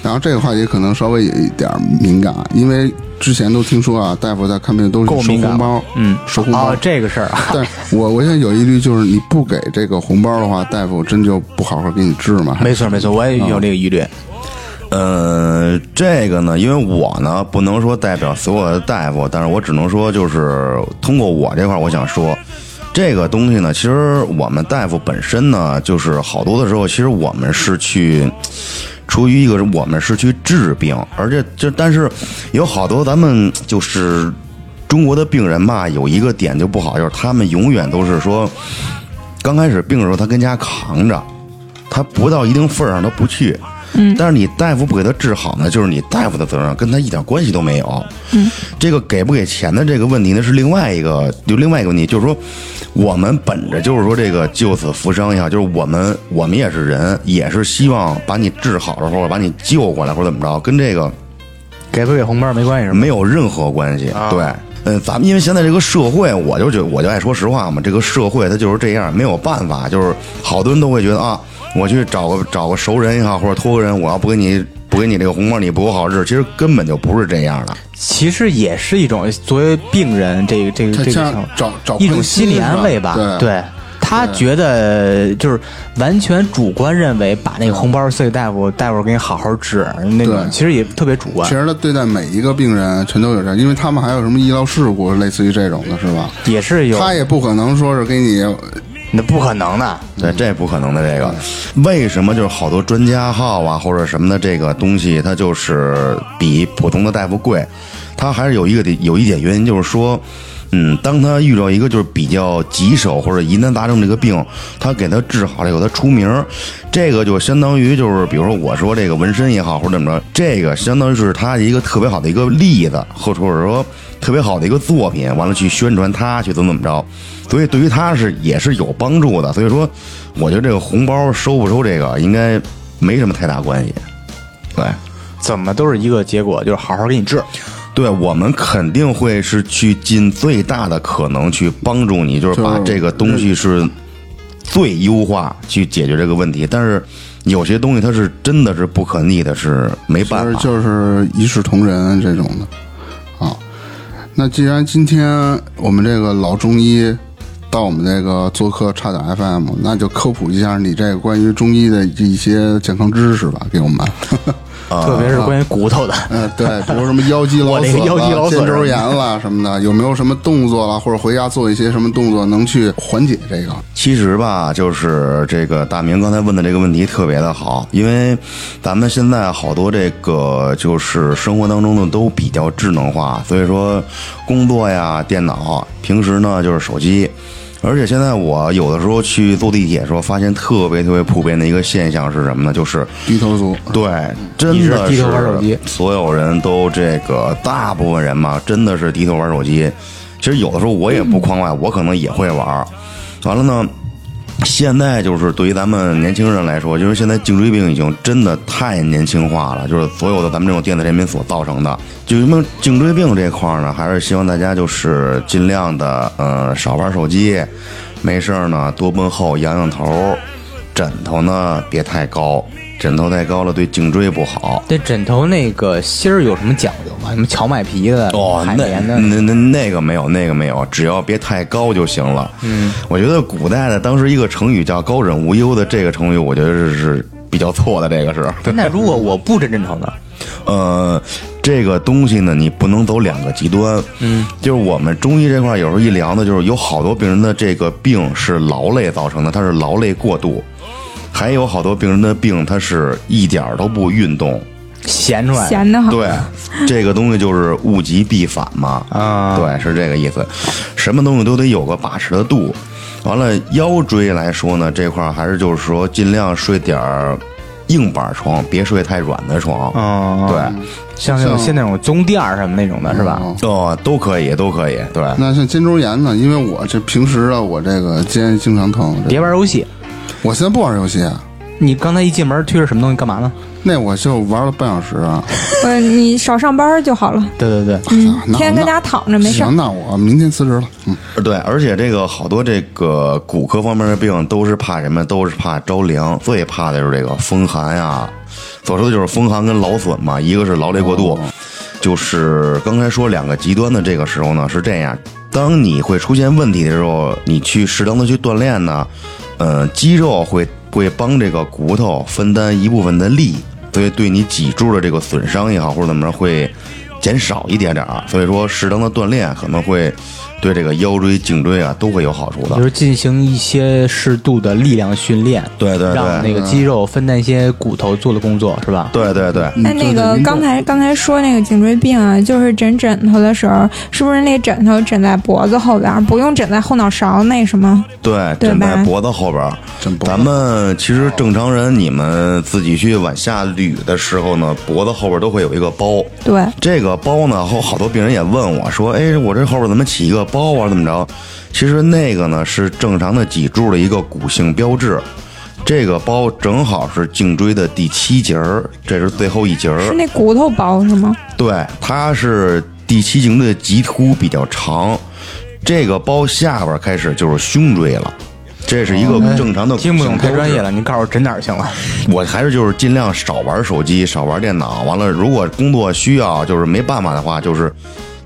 S3: 然后这个话题可能稍微有一点敏感，因为之前都听说啊，大夫在看病都是
S5: 够
S3: 收
S5: 敏感
S3: 红包
S5: 了，嗯
S3: 收红包
S5: [laughs] 哦，。这个事儿啊，
S3: 但我我现在有疑虑，就是你不给这个红包的话，大夫真就不好好给你治吗？
S5: 没错没错，我也有这个疑虑。
S1: 呃，这个呢，因为我呢不能说代表所有的大夫，但是我只能说，就是通过我这块，我想说，这个东西呢，其实我们大夫本身呢，就是好多的时候，其实我们是去出于一个我们是去治病，而且这但是有好多咱们就是中国的病人吧，有一个点就不好，就是他们永远都是说，刚开始病的时候他跟家扛着，他不到一定份儿上他不去。嗯，但是你大夫不给他治好呢，就是你大夫的责任，跟他一点关系都没有。嗯，这个给不给钱的这个问题呢，是另外一个，就另外一个问题，就是说，我们本着就是说这个救死扶伤一下，就是我们我们也是人，也是希望把你治好了，或者把你救过来，或者怎么着，跟这个
S5: 给不给红包没关系是吗？
S1: 没有任何关系。对，嗯，咱们因为现在这个社会，我就觉得我就爱说实话嘛，这个社会它就是这样，没有办法，就是好多人都会觉得啊，我去找个找个熟人也好，或者托个人，我要不给你不给你这个红包，你不够好治，其实根本就不是这样的。
S5: 其实也是一种作为病人这个这个
S3: 他
S5: 这个
S3: 像
S5: 情况
S3: 找找
S5: 一种
S3: 分析
S5: 心理
S3: 是
S5: 安慰吧，
S3: 对
S5: 他觉得就是完全主观认为把那个红包塞给大夫，大夫给你好好治那种，
S3: 对
S5: 其实也特别主观
S3: 其，实他对待每一个病人全都有这样，因为他们还有什么医疗事故，类似于这种的是吧？
S5: 也是有
S3: 他也不可能说是给你，
S5: 那不可能的，
S1: 对，这不可能的。这个为什么就是好多专家号啊或者什么的这个东西，它就是比普通的大夫贵？它还是有一个有一点原因，就是说，嗯，当他遇到一个就是比较棘手或者疑难杂症这个病，他给他治好了以后，他出名儿，这个就相当于就是比如说我说这个纹身也好或者怎么着，这个相当于是他一个特别好的一个例子，或者说特别好的一个作品，完了去宣传它，去怎么怎么着。所以对于他是也是有帮助的。所以说，我觉得这个红包收不收这个应该没什么太大关系。对，
S5: 怎么都是一个结果，就是好好给你治。
S1: 对我们肯定会是去尽最大的可能去帮助你，就是把
S3: 就是
S1: 这个东西是最优化去解决这个问题。但是有些东西它是真的是不可逆的，是没
S3: 其
S1: 办
S3: 实
S1: 法。
S3: 就是一视同仁这种的啊。那既然今天我们这个老中医到我们这个做客差点 FM，那就科普一下你这个关于中医的一些健康知识吧，给我
S5: [laughs]
S3: 们。啊
S5: 特别是关于骨头的，
S3: 嗯、对，比如什么腰肌劳
S5: 我这个
S3: 损
S5: 腰肌
S3: 了、
S5: 劳损
S3: 肩周炎了什么的，有没有什么动作啦，或者回家做一些什么动作能去缓解这个？
S1: 其实吧，就是这个大明刚才问的这个问题特别的好，因为咱们现在好多这个就是生活当中呢都比较智能化，所以说工作呀、电脑，平时呢就是手机。而且现在我有的时候去坐地铁的时候，发现特别特别普遍的一个现象是什么呢？就是
S3: 低头族，
S1: 对，真的
S5: 低头玩手机
S1: 所有人都这个，大部分人嘛，真的是低头玩手机。其实有的时候我也不框外，我可能也会玩儿。完了呢，现在就是对于咱们年轻人来说，就是现在颈椎病已经真的太年轻化了，就是所有的咱们这种电子产品所造成的。就是那颈椎病这块儿呢，还是希望大家就是尽量的呃少玩手机，没事儿呢多奔后仰仰头儿，枕头呢别太高，枕头太高了对颈椎不好。
S5: [laughs] 这枕头那个芯儿有什么讲究吗？什么荞麦皮的、
S1: 哦，
S5: 海
S1: 那
S5: 绵的？
S1: 那那那个没有，那个没有，只要别太高就行了。嗯，我觉得古代的当时一个成语叫“高枕无忧”的这个成语，我觉得是是比较错的。这个是，
S5: 那如果我不枕枕头呢？
S1: 呃，这个东西呢，你不能走两个极端。嗯，就是我们中医这块儿有时候一聊呢，就是有好多病人的这个病是劳累造成的，他是劳累过度。还有好多病人的病，他是一点儿都不运动，
S5: 闲出来的。
S4: 闲的很。
S1: 对，这个东西就是物极必反嘛。
S5: 啊
S1: 对，是这个意思。什么东西都得有个把持的度。完了，腰椎来说呢，这块儿还是就是说，尽量睡点儿硬板床，别睡太软的床。
S3: 嗯
S5: 哦
S1: 对，
S5: 像那种现那种棕垫儿什么那种的，是吧？
S3: 嗯
S1: 哦，都可以，都可以。对，
S3: 那像肩周炎呢？因为我这平时啊，我这个肩经常疼。这
S5: 别玩游戏，
S3: 我现在不玩游戏，啊
S5: 你刚才一进门推着什么东西干嘛呢？
S3: 那我就玩了半小时啊。
S4: 呃，你少上班就好了，
S5: 对对对，
S3: 嗯
S4: 天天搁家躺着没事儿
S3: 行，。那我明天辞职了。嗯，
S1: 对，而且这个好多这个骨科方面的病都是怕什么？都是怕着凉，最怕的就是这个风寒呀、所说的就是风寒跟劳损嘛，一个是劳累过度，就是刚才说两个极端的这个时候呢是这样，当你会出现问题的时候，你去适当的去锻炼呢，呃，肌肉会会帮这个骨头分担一部分的力，所以对你脊柱的这个损伤也好或者怎么着会减少一点点儿，所以说适当的锻炼可能会对这个腰椎、颈椎啊都会有好处
S5: 就
S1: 的。
S5: 是进行一些适度的力量训练，
S1: 对对
S5: 让那
S1: 对，
S5: 个肌肉分担一些骨头做的工作，是吧？
S1: 对对对，
S4: 那那个刚才刚才说那个颈椎病啊，就是枕枕头的时候，是不是那枕头枕在脖子后边儿，不用枕在后脑勺那什么？
S1: 对，
S4: 对
S1: 枕在
S4: 吧
S1: 脖子后边儿。
S3: 真不
S1: 咱们其实正常人，你们自己去往下捋的时候呢，脖子后边都会有一个包。
S4: 对，
S1: 这个包呢，后好多病人也问我说：“哎，我这后边怎么起一个包啊？怎么着？”其实那个呢是正常的脊柱的一个骨性标志，这个包正好是颈椎的第七节儿，这是最后一节儿
S4: 是。那骨头薄是吗？
S1: 对，它是第七颈椎的棘突比较长，这个包下边开始就是胸椎了，这是一个
S5: 哦
S1: 正常的、
S5: 听嗯不懂太专业。了，你告诉我诊哪儿行了？
S1: 我还是就是尽量少玩手机，少玩电脑。完了，如果工作需要，就是没办法的话，就是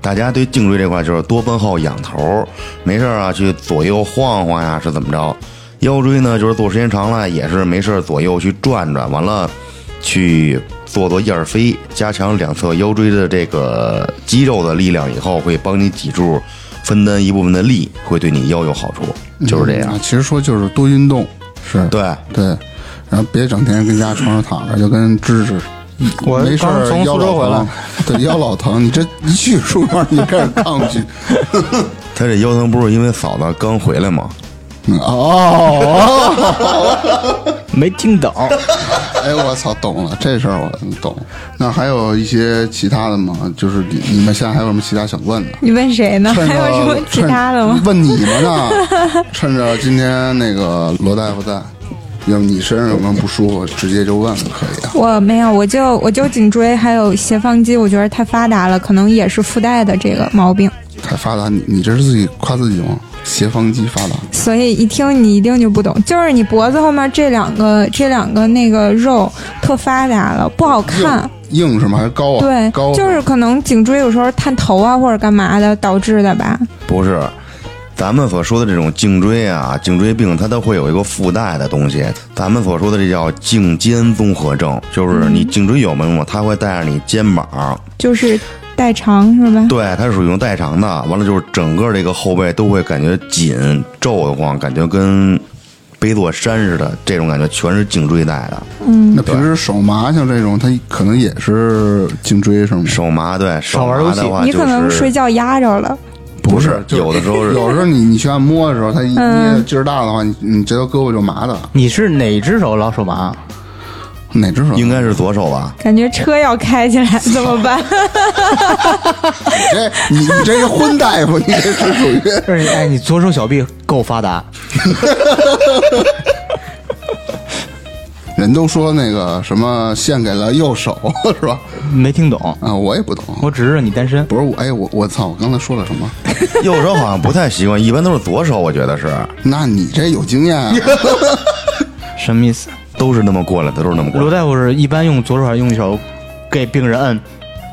S1: 大家对颈椎这块就是多奔后仰头，没事儿啊去左右晃晃呀，是怎么着？腰椎呢，就是坐时间长了也是没事儿左右去转转，完了去做做燕儿飞，加强两侧腰椎的这个肌肉的力量，以后会帮你脊柱分担一部分的力，会对你腰有好处，就是这样。
S3: 嗯其实说就是多运动，是
S1: 对，
S3: 对，然后别整天跟家床上躺着，就跟芝芝。
S5: 我
S3: 没事
S5: 刚
S3: 儿，
S5: 从
S3: 腰
S5: 苏州
S3: 老
S5: 回来
S3: 疼，对腰老疼。你这一去书房，你开始抗拒。
S1: 他这腰疼不是因为嫂子刚回来吗？
S3: 嗯哦，
S5: 没听
S1: [laughs]
S5: 懂。
S3: 哎，我操，懂了，这事儿我懂。那还有一些其他的吗？就是你你们现在还有什么其他想问的？
S4: 你问谁呢？
S3: 趁
S4: [laughs] 还
S3: 着
S4: 有什么其他的吗
S3: 趁？ [laughs] 问你们呢？趁着今天那个罗大夫在，要不你身上有没有不舒服，直接就问了可以啊。
S4: 我没有，我就我就颈椎还有斜方肌，我觉得太发达了，可能也是附带的这个毛病。
S3: 太发达，你你这是自己夸自己吗？斜方肌发达，
S4: 所以一听你一定就不懂，就是你脖子后面这两个这两个那个肉特发达了，不好看。
S3: 硬是吗？还高啊？
S4: 对
S3: 高，啊
S4: 就是可能颈椎有时候探头啊或者干嘛的导致的吧。
S1: 不是，咱们所说的这种颈椎啊、颈椎病，它都会有一个附带的东西。咱们所说的这叫颈肩综合症，就是你颈椎有没有，它会带着你肩膀，
S4: 就是代偿是吧？
S1: 对，它是属于代偿的。完了就是整个这个后背都会感觉紧、皱得慌，感觉跟背座山似的，这种感觉全是颈椎带的。
S3: 那
S4: 嗯
S3: 平时手麻像这种，它可能也是颈椎什么
S1: 手麻对，手麻
S5: 玩游戏
S1: 的话、就是，
S4: 你可能睡觉压着了，
S1: 不是，
S3: 就
S1: 有的时候是
S3: 有时候你你去按摩的时候，它一
S4: 嗯
S3: 捏劲儿大的话，你你这条胳膊就麻的。
S5: 你是哪只手老手麻？
S3: 哪只手？
S1: 应该是左手吧。
S4: 感觉车要开起来怎么
S1: [laughs]
S4: 办？
S3: 这你你这是昏大夫，你这是属于
S5: 哎，你左手小臂够发达，
S3: 人都说那个什么献给了右手 [laughs] 是吧？
S5: 没听懂。
S3: 啊，我也不懂，
S5: 我只知道你单身。
S3: 不是我哎我我操，我刚才说了什么？
S1: 右手好像不太习惯，一般都是左手，我觉得是。
S3: 那你这有经验啊？
S1: [laughs]
S5: 什么意思？
S1: 都是那么过来的，都是那么过来
S5: 罗
S1: 的。
S5: 大夫是一般用左手还是用手给病人摁？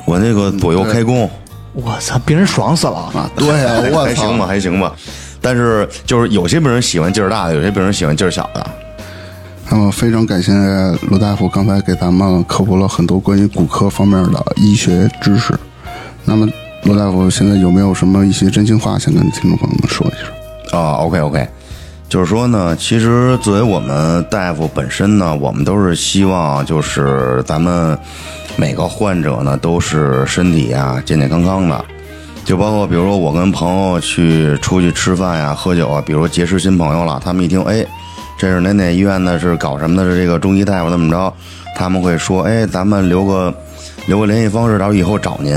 S1: 我那个左右开弓，
S5: 我操，病人爽死了！
S3: 啊，对呀、
S1: [laughs] 还
S3: 我
S1: 还行吧，
S3: 操，
S1: 还行吧。但是就是有些病人喜欢劲儿大的，有些病人喜欢劲儿小的。
S3: 那么非常感谢罗大夫刚才给咱们科普了很多关于骨科方面的医学知识。那么罗大夫现在有没有什么一些真心话想跟听众朋友们说一说？
S1: 啊，OK OK，就是说呢，其实作为我们大夫本身呢，我们都是希望就是咱们每个患者呢都是身体啊健健康康的，就包括比如说我跟朋友去出去吃饭呀、喝酒啊，比如结识新朋友了，他们一听，哎，这是哪哪医院的，是搞什么的，是这个中医大夫怎么着，他们会说，哎，咱们留个留个联系方式，到时候以后找您。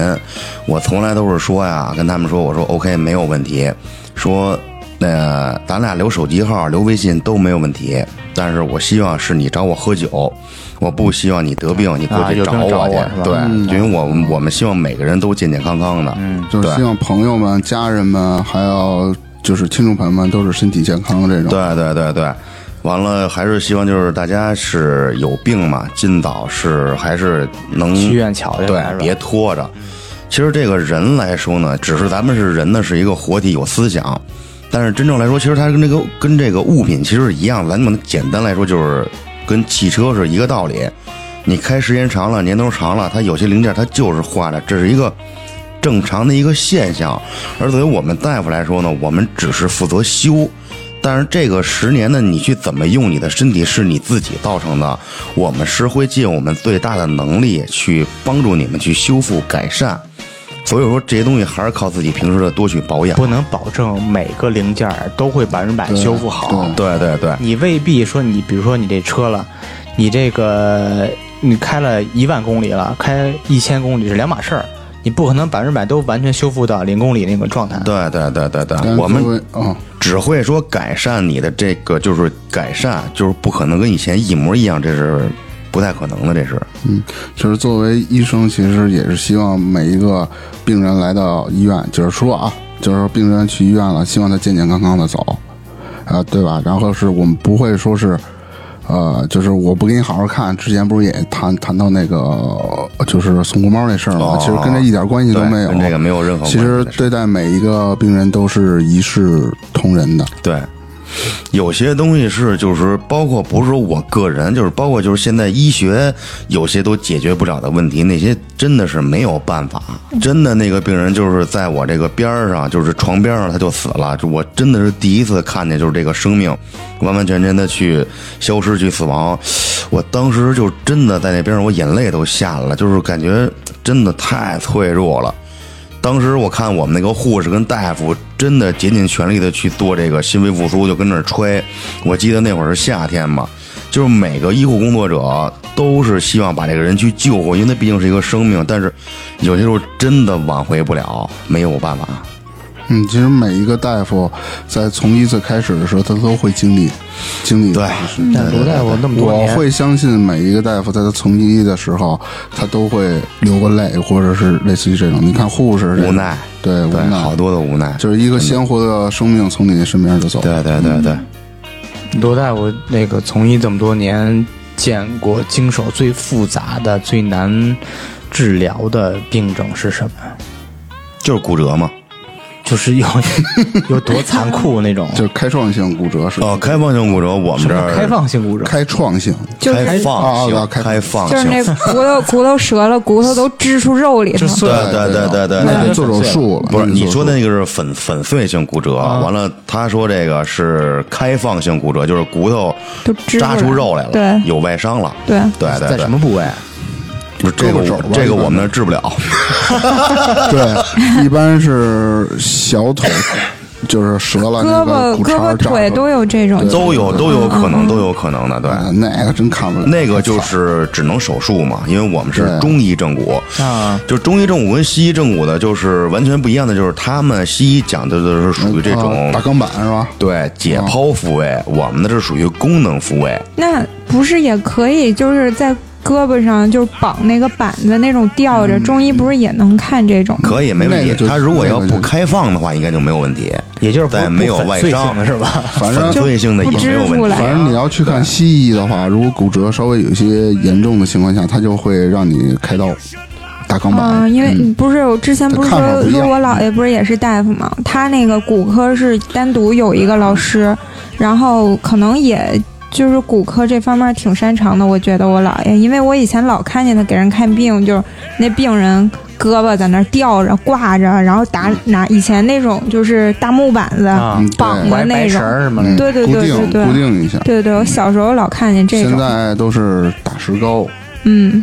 S1: 我从来都是说呀，跟他们说，我说 OK 没有问题，说那咱俩留手机号、留微信都没有问题，但是我希望是你找我喝酒，我不希望你得病，你过
S5: 啊
S1: 去
S5: 有
S1: 找
S5: 病找
S1: 我去。
S5: 我是吧
S1: 对，
S5: 嗯
S1: 因为我我们希望每个人都健健康康的。嗯，
S3: 就是
S1: 对
S3: 希望朋友们、家人们，还有就是听众朋友们，都是身体健康这种。
S1: 对对对对，完了还是希望就是大家是有病嘛，尽早是还是能
S5: 去医院瞧瞧
S1: 对
S5: 是吧，
S1: 别拖着。其实这个人来说呢，只是咱们是人呢，是一个活体，有思想。但是真正来说，其实它跟这个跟这个物品其实是一样，咱们简单来说就是跟汽车是一个道理。你开时间长了，年头长了，它有些零件它就是坏了，这是一个正常的一个现象。而作为我们大夫来说呢，我们只是负责修，但是这个十年呢，你去怎么用你的身体是你自己造成的，我们是会尽我们最大的能力去帮助你们去修复改善。所以说这些东西还是靠自己平时的多去保养。
S5: 不能保证每个零件儿都会百分之百修复好。
S1: 对对对，
S5: 你未必说你，比如说你这车了，你这个你开了一万公里了，开一千公里是两码事儿，你不可能百分之百都完全修复到零公里那个状态。
S1: 对对对对对，
S3: 但
S1: 我们
S3: 作为嗯，
S1: 只会说改善你的这个，就是改善，就是不可能跟以前一模一样，这是不太可能的，这是。
S3: 就是作为医生，其实也是希望每一个病人来到医院，就是说啊，就是说病人去医院了，希望他健健康康的走，啊，对吧？然后是我们不会说是，呃，就是我不给你好好看。之前不是也谈谈到那个呃就是送红包那事儿吗？
S1: 哦
S3: 其实跟这一点关系都
S1: 对
S3: 没有。
S1: 跟这个没有任何
S3: 其
S1: 关
S3: 实
S1: 系的事
S3: 对待每一个病人都是一视同仁的。
S1: 对，有些东西是就是包括不是说我个人，就是包括就是现在医学有些都解决不了的问题，那些真的是没有办法。真的那个病人就是在我这个边儿上，就是床边儿上他就死了，就我真的是第一次看见就是这个生命完完全全的去消失去死亡，我当时就真的在那边上我眼泪都下来了，就是感觉真的太脆弱了。当时我看我们那个护士跟大夫真的竭尽全力的去做这个心肺复苏，就跟那儿吹。我记得那会儿是夏天嘛，就是每个医护工作者都是希望把这个人去救活，因为那毕竟是一个生命。但是有些时候真的挽回不了，没有办法。
S3: 嗯，其实每一个大夫在从医最开始的时候，他都会经历经历
S1: 对
S3: 就是
S5: 但卢大夫那么多
S3: 我
S5: 年，
S3: 会相信每一个大夫在他从医的时候，他都会流过泪，或者是类似于这种。你看护士这种
S1: 无奈，
S3: 对无
S1: 对，好
S3: 奈，
S1: 多的无奈。
S3: 就是一个鲜活的生命从你身边就走。
S1: 对对对对，
S5: 卢大夫那个从医这么多年，见过经手最复杂的、最难治疗的病症是什么？
S1: 就是骨折嘛。
S5: 就是有 [laughs] 有多残酷那
S1: [laughs]
S5: 种。
S3: 就是开创性骨折是
S1: 哦，开放性骨折，我们
S5: 什
S1: 这
S5: 么
S1: 儿
S5: 开放性骨折？
S3: 开创性，
S4: 就是
S1: 开放
S3: 啊啊
S1: 性，
S3: 开
S1: 开放
S4: 就是那
S1: 性。
S4: 骨头骨头折了，骨头都支出肉里头
S5: 就
S4: 了。
S5: 碎了，
S1: 对对对对对
S3: 那得做手术了。
S1: 不是
S3: 那得做
S1: 你说
S3: 手术
S1: 的那个是粉粉碎性骨折，啊完了他说这个是开放性骨折，就是骨头
S4: 都支出来
S1: 扎出肉来了，
S4: 对
S1: 有外伤了，
S4: 对
S1: 对对
S5: 在
S1: 对
S5: 什，么部位？啊
S1: 不是这个
S3: 胳膊肘
S1: 我
S3: 吧
S1: 这个我们那儿治不了，
S3: [laughs] 对，一般是小腿就是折了，
S4: 胳
S3: 那
S4: 膊
S3: 个、骨
S4: 胳
S3: 茬
S4: 膊、腿都
S3: 有。
S4: 有这种，
S1: 都有都有可能都有可能的，对。
S3: 啊那个真看不了。
S1: 那个就是只能手术嘛，因为我们是
S3: 对
S1: 中医正骨，
S5: 啊，
S1: 就中医正骨跟西医正骨的，就是完全不一样的，就是他们西医讲的就是属于这种
S3: 啊大钢板是吧？
S1: 对解剖复位，我们的是属于功能复位，
S4: 那不是也可以，就是在胳膊上就是绑那个板子那种吊着，中医不是也能看这种吗？
S1: 嗯可以没问
S3: 那
S1: 题
S3: 个。就
S1: 他如果要
S3: 那
S1: 不
S3: 个就
S1: 开放的话，应该就没有问题。
S5: 也就是不
S1: 但没有外伤
S5: 不粉碎性的是吧？
S3: 反正
S1: 粉碎性的也没有
S4: 不支出
S1: 问
S4: 来
S1: 题。
S3: 反正你要去看西医的话，如果骨折稍微有一些严重的情况下，他就会让你开刀，打钢板。
S4: 嗯，因为你不是我之前不是
S3: 看法
S4: 说
S3: 不一样嗯
S4: 说我姥爷不是也是大夫嘛，他那个骨科是单独有一个老师，然后可能也就是骨科这方面挺擅长的，我觉得我姥爷，因为我以前老看见他给人看病，就是那病人。胳膊在那儿吊着挂着，然后打拿以前那种就是大木板子，
S5: 啊
S3: 嗯，
S4: 绑
S3: 对
S4: 的
S5: 白
S4: 那
S5: 白
S4: 种
S5: 绳儿什么
S3: 嗯
S5: 的，
S4: 对对对对
S3: 固
S4: 对
S3: 定固定一下。
S4: 对对，我小时候老看见这
S3: 现
S4: 种，
S3: 在都是打石膏，
S4: 嗯，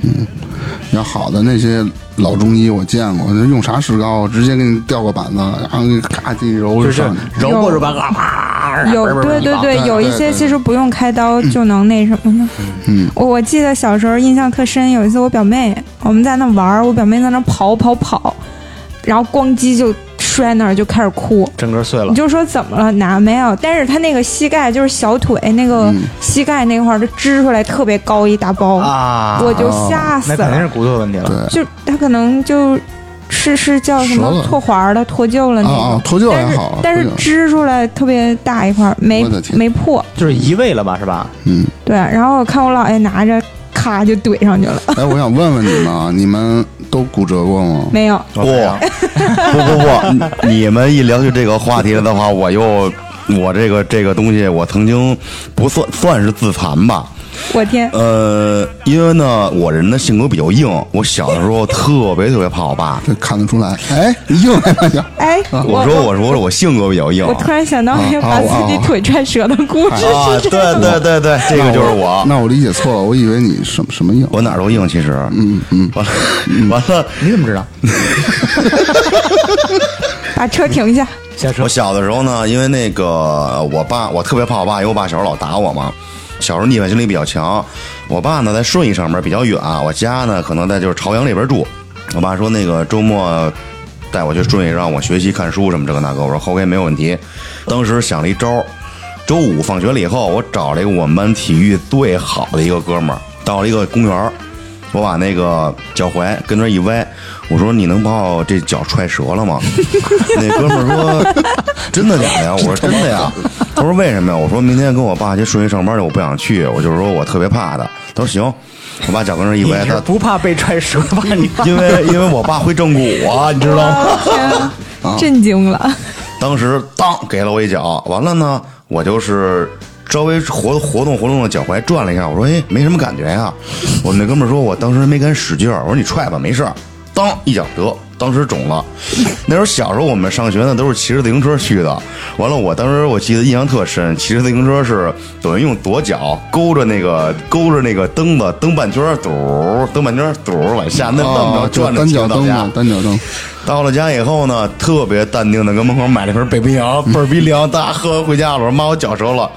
S3: 要好的那些老中医我见过，那用啥石膏，直接给你吊个板子，然后给咔叽一揉就
S5: 就
S3: 是上去。
S5: 揉过揉吧，啊，
S4: 有对对对，
S3: 对
S4: 有一
S3: 对
S4: 些
S3: 对
S4: 其实不用开刀就能那什么的。
S3: 嗯，
S4: 我我记得小时候印象特深，有一次我表妹我们在那玩儿，我表妹在那跑跑跑，然后咣叽就摔那儿就开始哭。
S5: 整个碎了
S4: 你。就说怎么了？哪没有？但是他那个膝盖就是小腿那个
S3: 嗯
S4: 膝盖那块儿，就支出来特别高一大包，
S5: 啊，
S4: 我就
S3: 哦
S4: 吓死
S5: 那肯定是
S4: 了。
S5: 骨头的问题了。
S3: 对
S4: 就他可能就是是叫什
S3: 折
S4: 么
S3: 了
S4: 脱环儿的脱臼了那
S3: 啊啊
S4: 种，
S3: 脱臼还
S4: 嗯但是
S3: 好，
S4: 但是
S3: 脱臼
S4: 支出来特别大一块儿，没
S3: 我的天
S4: 没破。
S5: 就是移位了吧，是吧？
S3: 嗯，
S4: 对，然后我看我姥爷拿着，咔就怼上去了，
S3: 哎，我想问问你们啊，你们都骨折过吗？
S4: 没有。
S1: 不不不不，你们一聊起这个话题了的话，我又我这个这个东西，我曾经不算算是自残吧。
S4: 我天，
S1: 呃，因为呢，我人的性格比较硬，我小的时候特别特别怕我爸。
S3: 这看得出来。哎，你硬来吧你。
S4: [laughs] 哎，
S1: 我说我说我性格比较硬
S4: 我突然想到那个
S3: 啊
S4: 把
S3: 啊
S4: 自己
S3: 啊
S4: 腿踹折的故事
S1: 啊，对
S4: 是这样的。
S1: 对对对，这个就是我，
S3: 那我理解错了，我以为你什么什么硬。
S1: 我哪儿都硬，其实，嗯嗯，完了完了，
S5: 你怎么知道？
S4: 把车停
S3: [laughs]
S4: 下，
S5: 瞎说
S1: 我。小的时候呢，因为那个呃我爸，我特别怕我爸，因为我爸小时候老打我嘛。小时候逆反心理比较强，我爸呢在顺义上边比较远，啊我家呢可能在就是朝阳那边住。我爸说那个周末带我去顺义，让我学习看书什么这个那个。我说 OK 没有问题。当时想了一招儿，周五放学了以后，我找了一个我们班体育最好的一个哥们儿，到了一个公园儿，我把那个脚踝跟那儿一歪，我说你能把我这脚踹折了吗？ [laughs] 那哥们儿说真的假的呀？我说真的呀。他说为什么呀？我说明天跟我爸去顺义上班去，我不想去，我就是说我特别怕的。他说行，我把脚跟那儿一
S5: 你
S1: 歪，
S5: 是
S1: 他
S5: 不怕被踹折吧？你
S1: 因为因为我爸会正骨啊，你知道吗？
S3: 啊
S4: 我天， [laughs] 震惊了。
S1: 当时当给了我一脚，完了呢，我就是稍微活活动活动的脚踝转了一下，我说哎，没什么感觉呀、我们那哥们儿说，我当时没敢使劲儿，我说你踹吧，没事儿。当一脚得，当时肿了。那时候小时候我们上学呢，都是骑着自行车去的。完了，我当时我记得印象特深，骑着自行车是等于用左脚勾着那个勾着那个蹬子，蹬半圈儿，嘟儿，蹬半圈儿，嘟儿往下 [laughs] 那么
S3: 哦
S1: 着，
S3: 就
S1: 转着
S3: 单
S1: 骑
S3: 脚
S1: 到
S3: 蹬
S1: 家
S3: 嘛，。
S1: [laughs]
S3: 单脚蹬。
S1: 到了家以后呢，特别淡定的跟门口买了一瓶北冰
S5: [laughs]
S1: 洋，倍儿冰凉。大家喝完回家了，我说妈，我脚折了。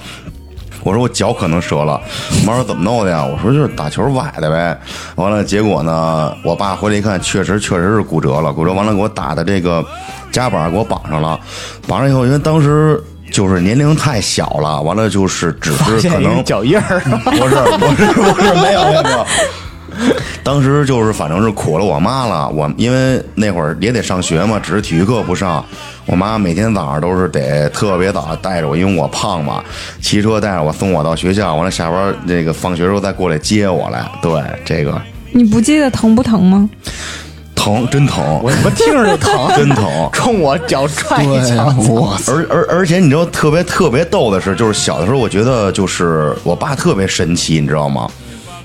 S1: 我说我脚可能折了，我妈说怎么弄的呀？我说就是打球崴的呗。完了，结果呢，我爸回来一看，确实确实是骨折了，骨折完了给我打的这个夹板给我绑上了，绑上以后，因为当时就是年龄太小了，完了就是只是可
S5: 现一
S1: 能
S5: 个脚印儿，
S1: 不是不是不是没有没有没有。当时就是反正是苦了我妈了，我因为那会儿也得上学嘛，只是体育课不上。我妈每天早上都是得特别早带着我，因为我胖嘛，骑车带着我送我到学校，完了下班那个放学时候再过来接我来。对，这个
S4: 你不记得疼不疼吗？
S1: 疼真疼，
S5: 我我听着就疼，
S1: [laughs] 真疼。
S5: 冲我脚踹一
S3: 对
S5: 脚
S3: 呀，。我操！
S1: 而而而且你知道特别特别逗的是，就是小的时候我觉得就是我爸特别神奇，你知道吗？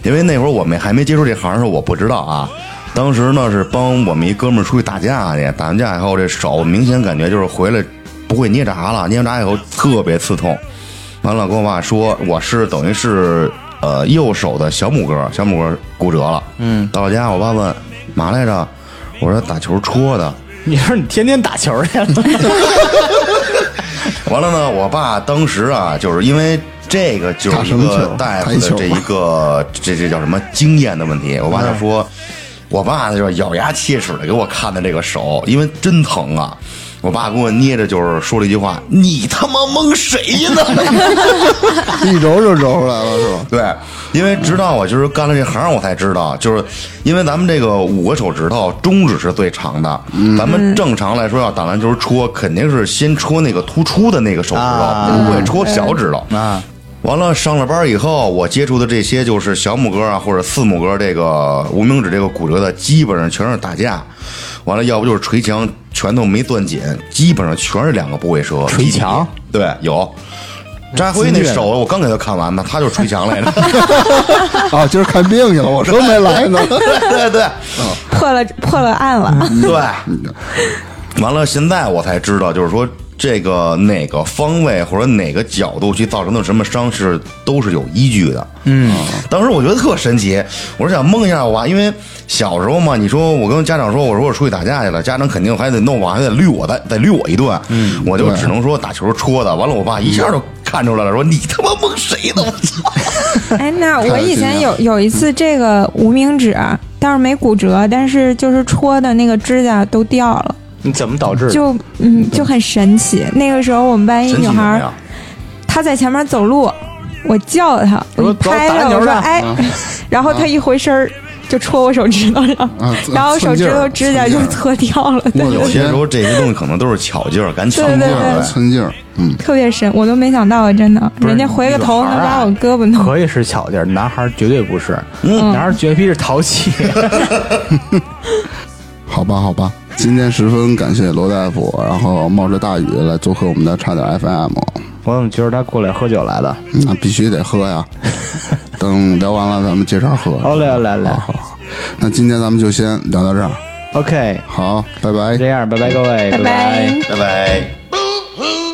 S1: 因为那会儿我们还没接触这行的时候，我不知道啊。当时呢是帮我们一哥们儿出去打架去，打完架以后这手明显感觉就是回来不会捏闸了，捏闸以后特别刺痛。完了跟我爸说我是等于是呃右手的小拇哥，小拇哥骨折了。嗯，到了家我爸问嘛来着，我说打球戳的。
S5: [laughs] 你说你天天打球去了？
S1: 完了呢，我爸当时啊，就是因为这个就是一
S3: 打什么
S1: 个
S3: 球
S1: 大夫
S3: 排球
S1: 的
S3: 吧
S1: 这一个这这叫什么经验的问题。我爸就说，我爸呢就是咬牙切齿的给我看的这个手，因为真疼啊。我爸给我捏着就是说了一句话：“你他妈蒙谁呢？”
S3: 一揉就揉出来了，是吧？
S1: 对，因为直到我就是干了这行，我才知道，就是因为咱们这个五个手指头，中指是最长的。
S5: 嗯
S1: 咱们正常来说要打篮球戳，肯定是先戳那个突出的那个手指
S5: 啊
S1: 头，不会戳小指头。
S5: 啊，
S1: 完了，上了班以后，我接触的这些就是小拇哥啊，或者四拇哥这个无名指这个骨折的，基本上全是打架，完了要不就是捶墙，拳头没攥紧，基本上全是两个不会折。
S5: 捶墙？
S1: 对，有。扎辉那手，我刚给他看完呢，他就捶墙来着。
S3: 啊，今儿看病去了，我说没来呢。 [laughs]
S1: 对对对，
S4: 破了破了案
S3: 嗯
S4: 了，
S1: 嗯对。完了，现在我才知道，就是说这个哪个方位或者哪个角度去造成的什么伤是都是有依据的。嗯，当时我觉得特神奇，我是想蒙一下我爸，因为小时候嘛，你说我跟家长说，我说我出去打架去了，家长肯定还得弄我，还得绿我，再再绿我一顿。嗯，我就只能说打球戳的。完了，我爸一下就看出来了，说你他妈蒙谁呢？我操！
S4: [laughs] 哎，那我以前
S3: 看
S4: 有有一次这啊个无名指倒是没骨折，但是就是戳的那个指甲都掉了，
S5: 你怎么导致的？
S4: 就嗯就很神奇。那个时候我们班一
S1: 神奇啊
S4: 哎
S1: 什
S4: 女
S1: 么
S4: 孩
S1: 呀？
S4: 她在前面走路，我叫她，
S5: 我说
S4: 我
S5: 走
S4: 拍
S5: 打
S4: 她，
S5: 牛
S4: 我说
S5: 呢
S4: 哎， [laughs] 然后她一回身儿就戳我手指头上，
S3: 啊
S4: 然后手指头指甲就
S3: 寸劲儿
S4: 搓掉了，
S3: 我
S1: 有
S3: 有
S1: 些
S3: 些
S1: 时候这些东西可能都是巧劲儿，赶巧
S4: 对
S1: 劲
S4: 对
S1: 儿呗。
S3: 寸劲儿，嗯，
S4: 特别神，我都没想到，啊真的，
S5: 不是
S4: 人家回个头
S5: 女
S4: 能
S5: 孩儿啊
S4: 把我胳膊弄。
S5: 可以是巧劲儿，男孩儿绝对不是，男孩儿绝逼是淘气。 [laughs]
S3: 好吧，好吧。今天十分感谢罗大夫，然后冒着大雨来做客我们的差点 FM，
S5: 我怎么觉得他过来喝酒来了？
S3: 那必须得
S1: [laughs]
S3: 喝呀。等聊完了咱们接着喝。
S5: 好嘞，来
S3: 好
S5: 来
S3: 好好，那今天咱们就先聊到这儿，
S5: ，OK，
S3: 好，拜拜
S5: 这。样，拜拜各位，
S4: 拜
S5: 拜
S4: 拜。
S1: 拜拜。
S2: Boo hoo.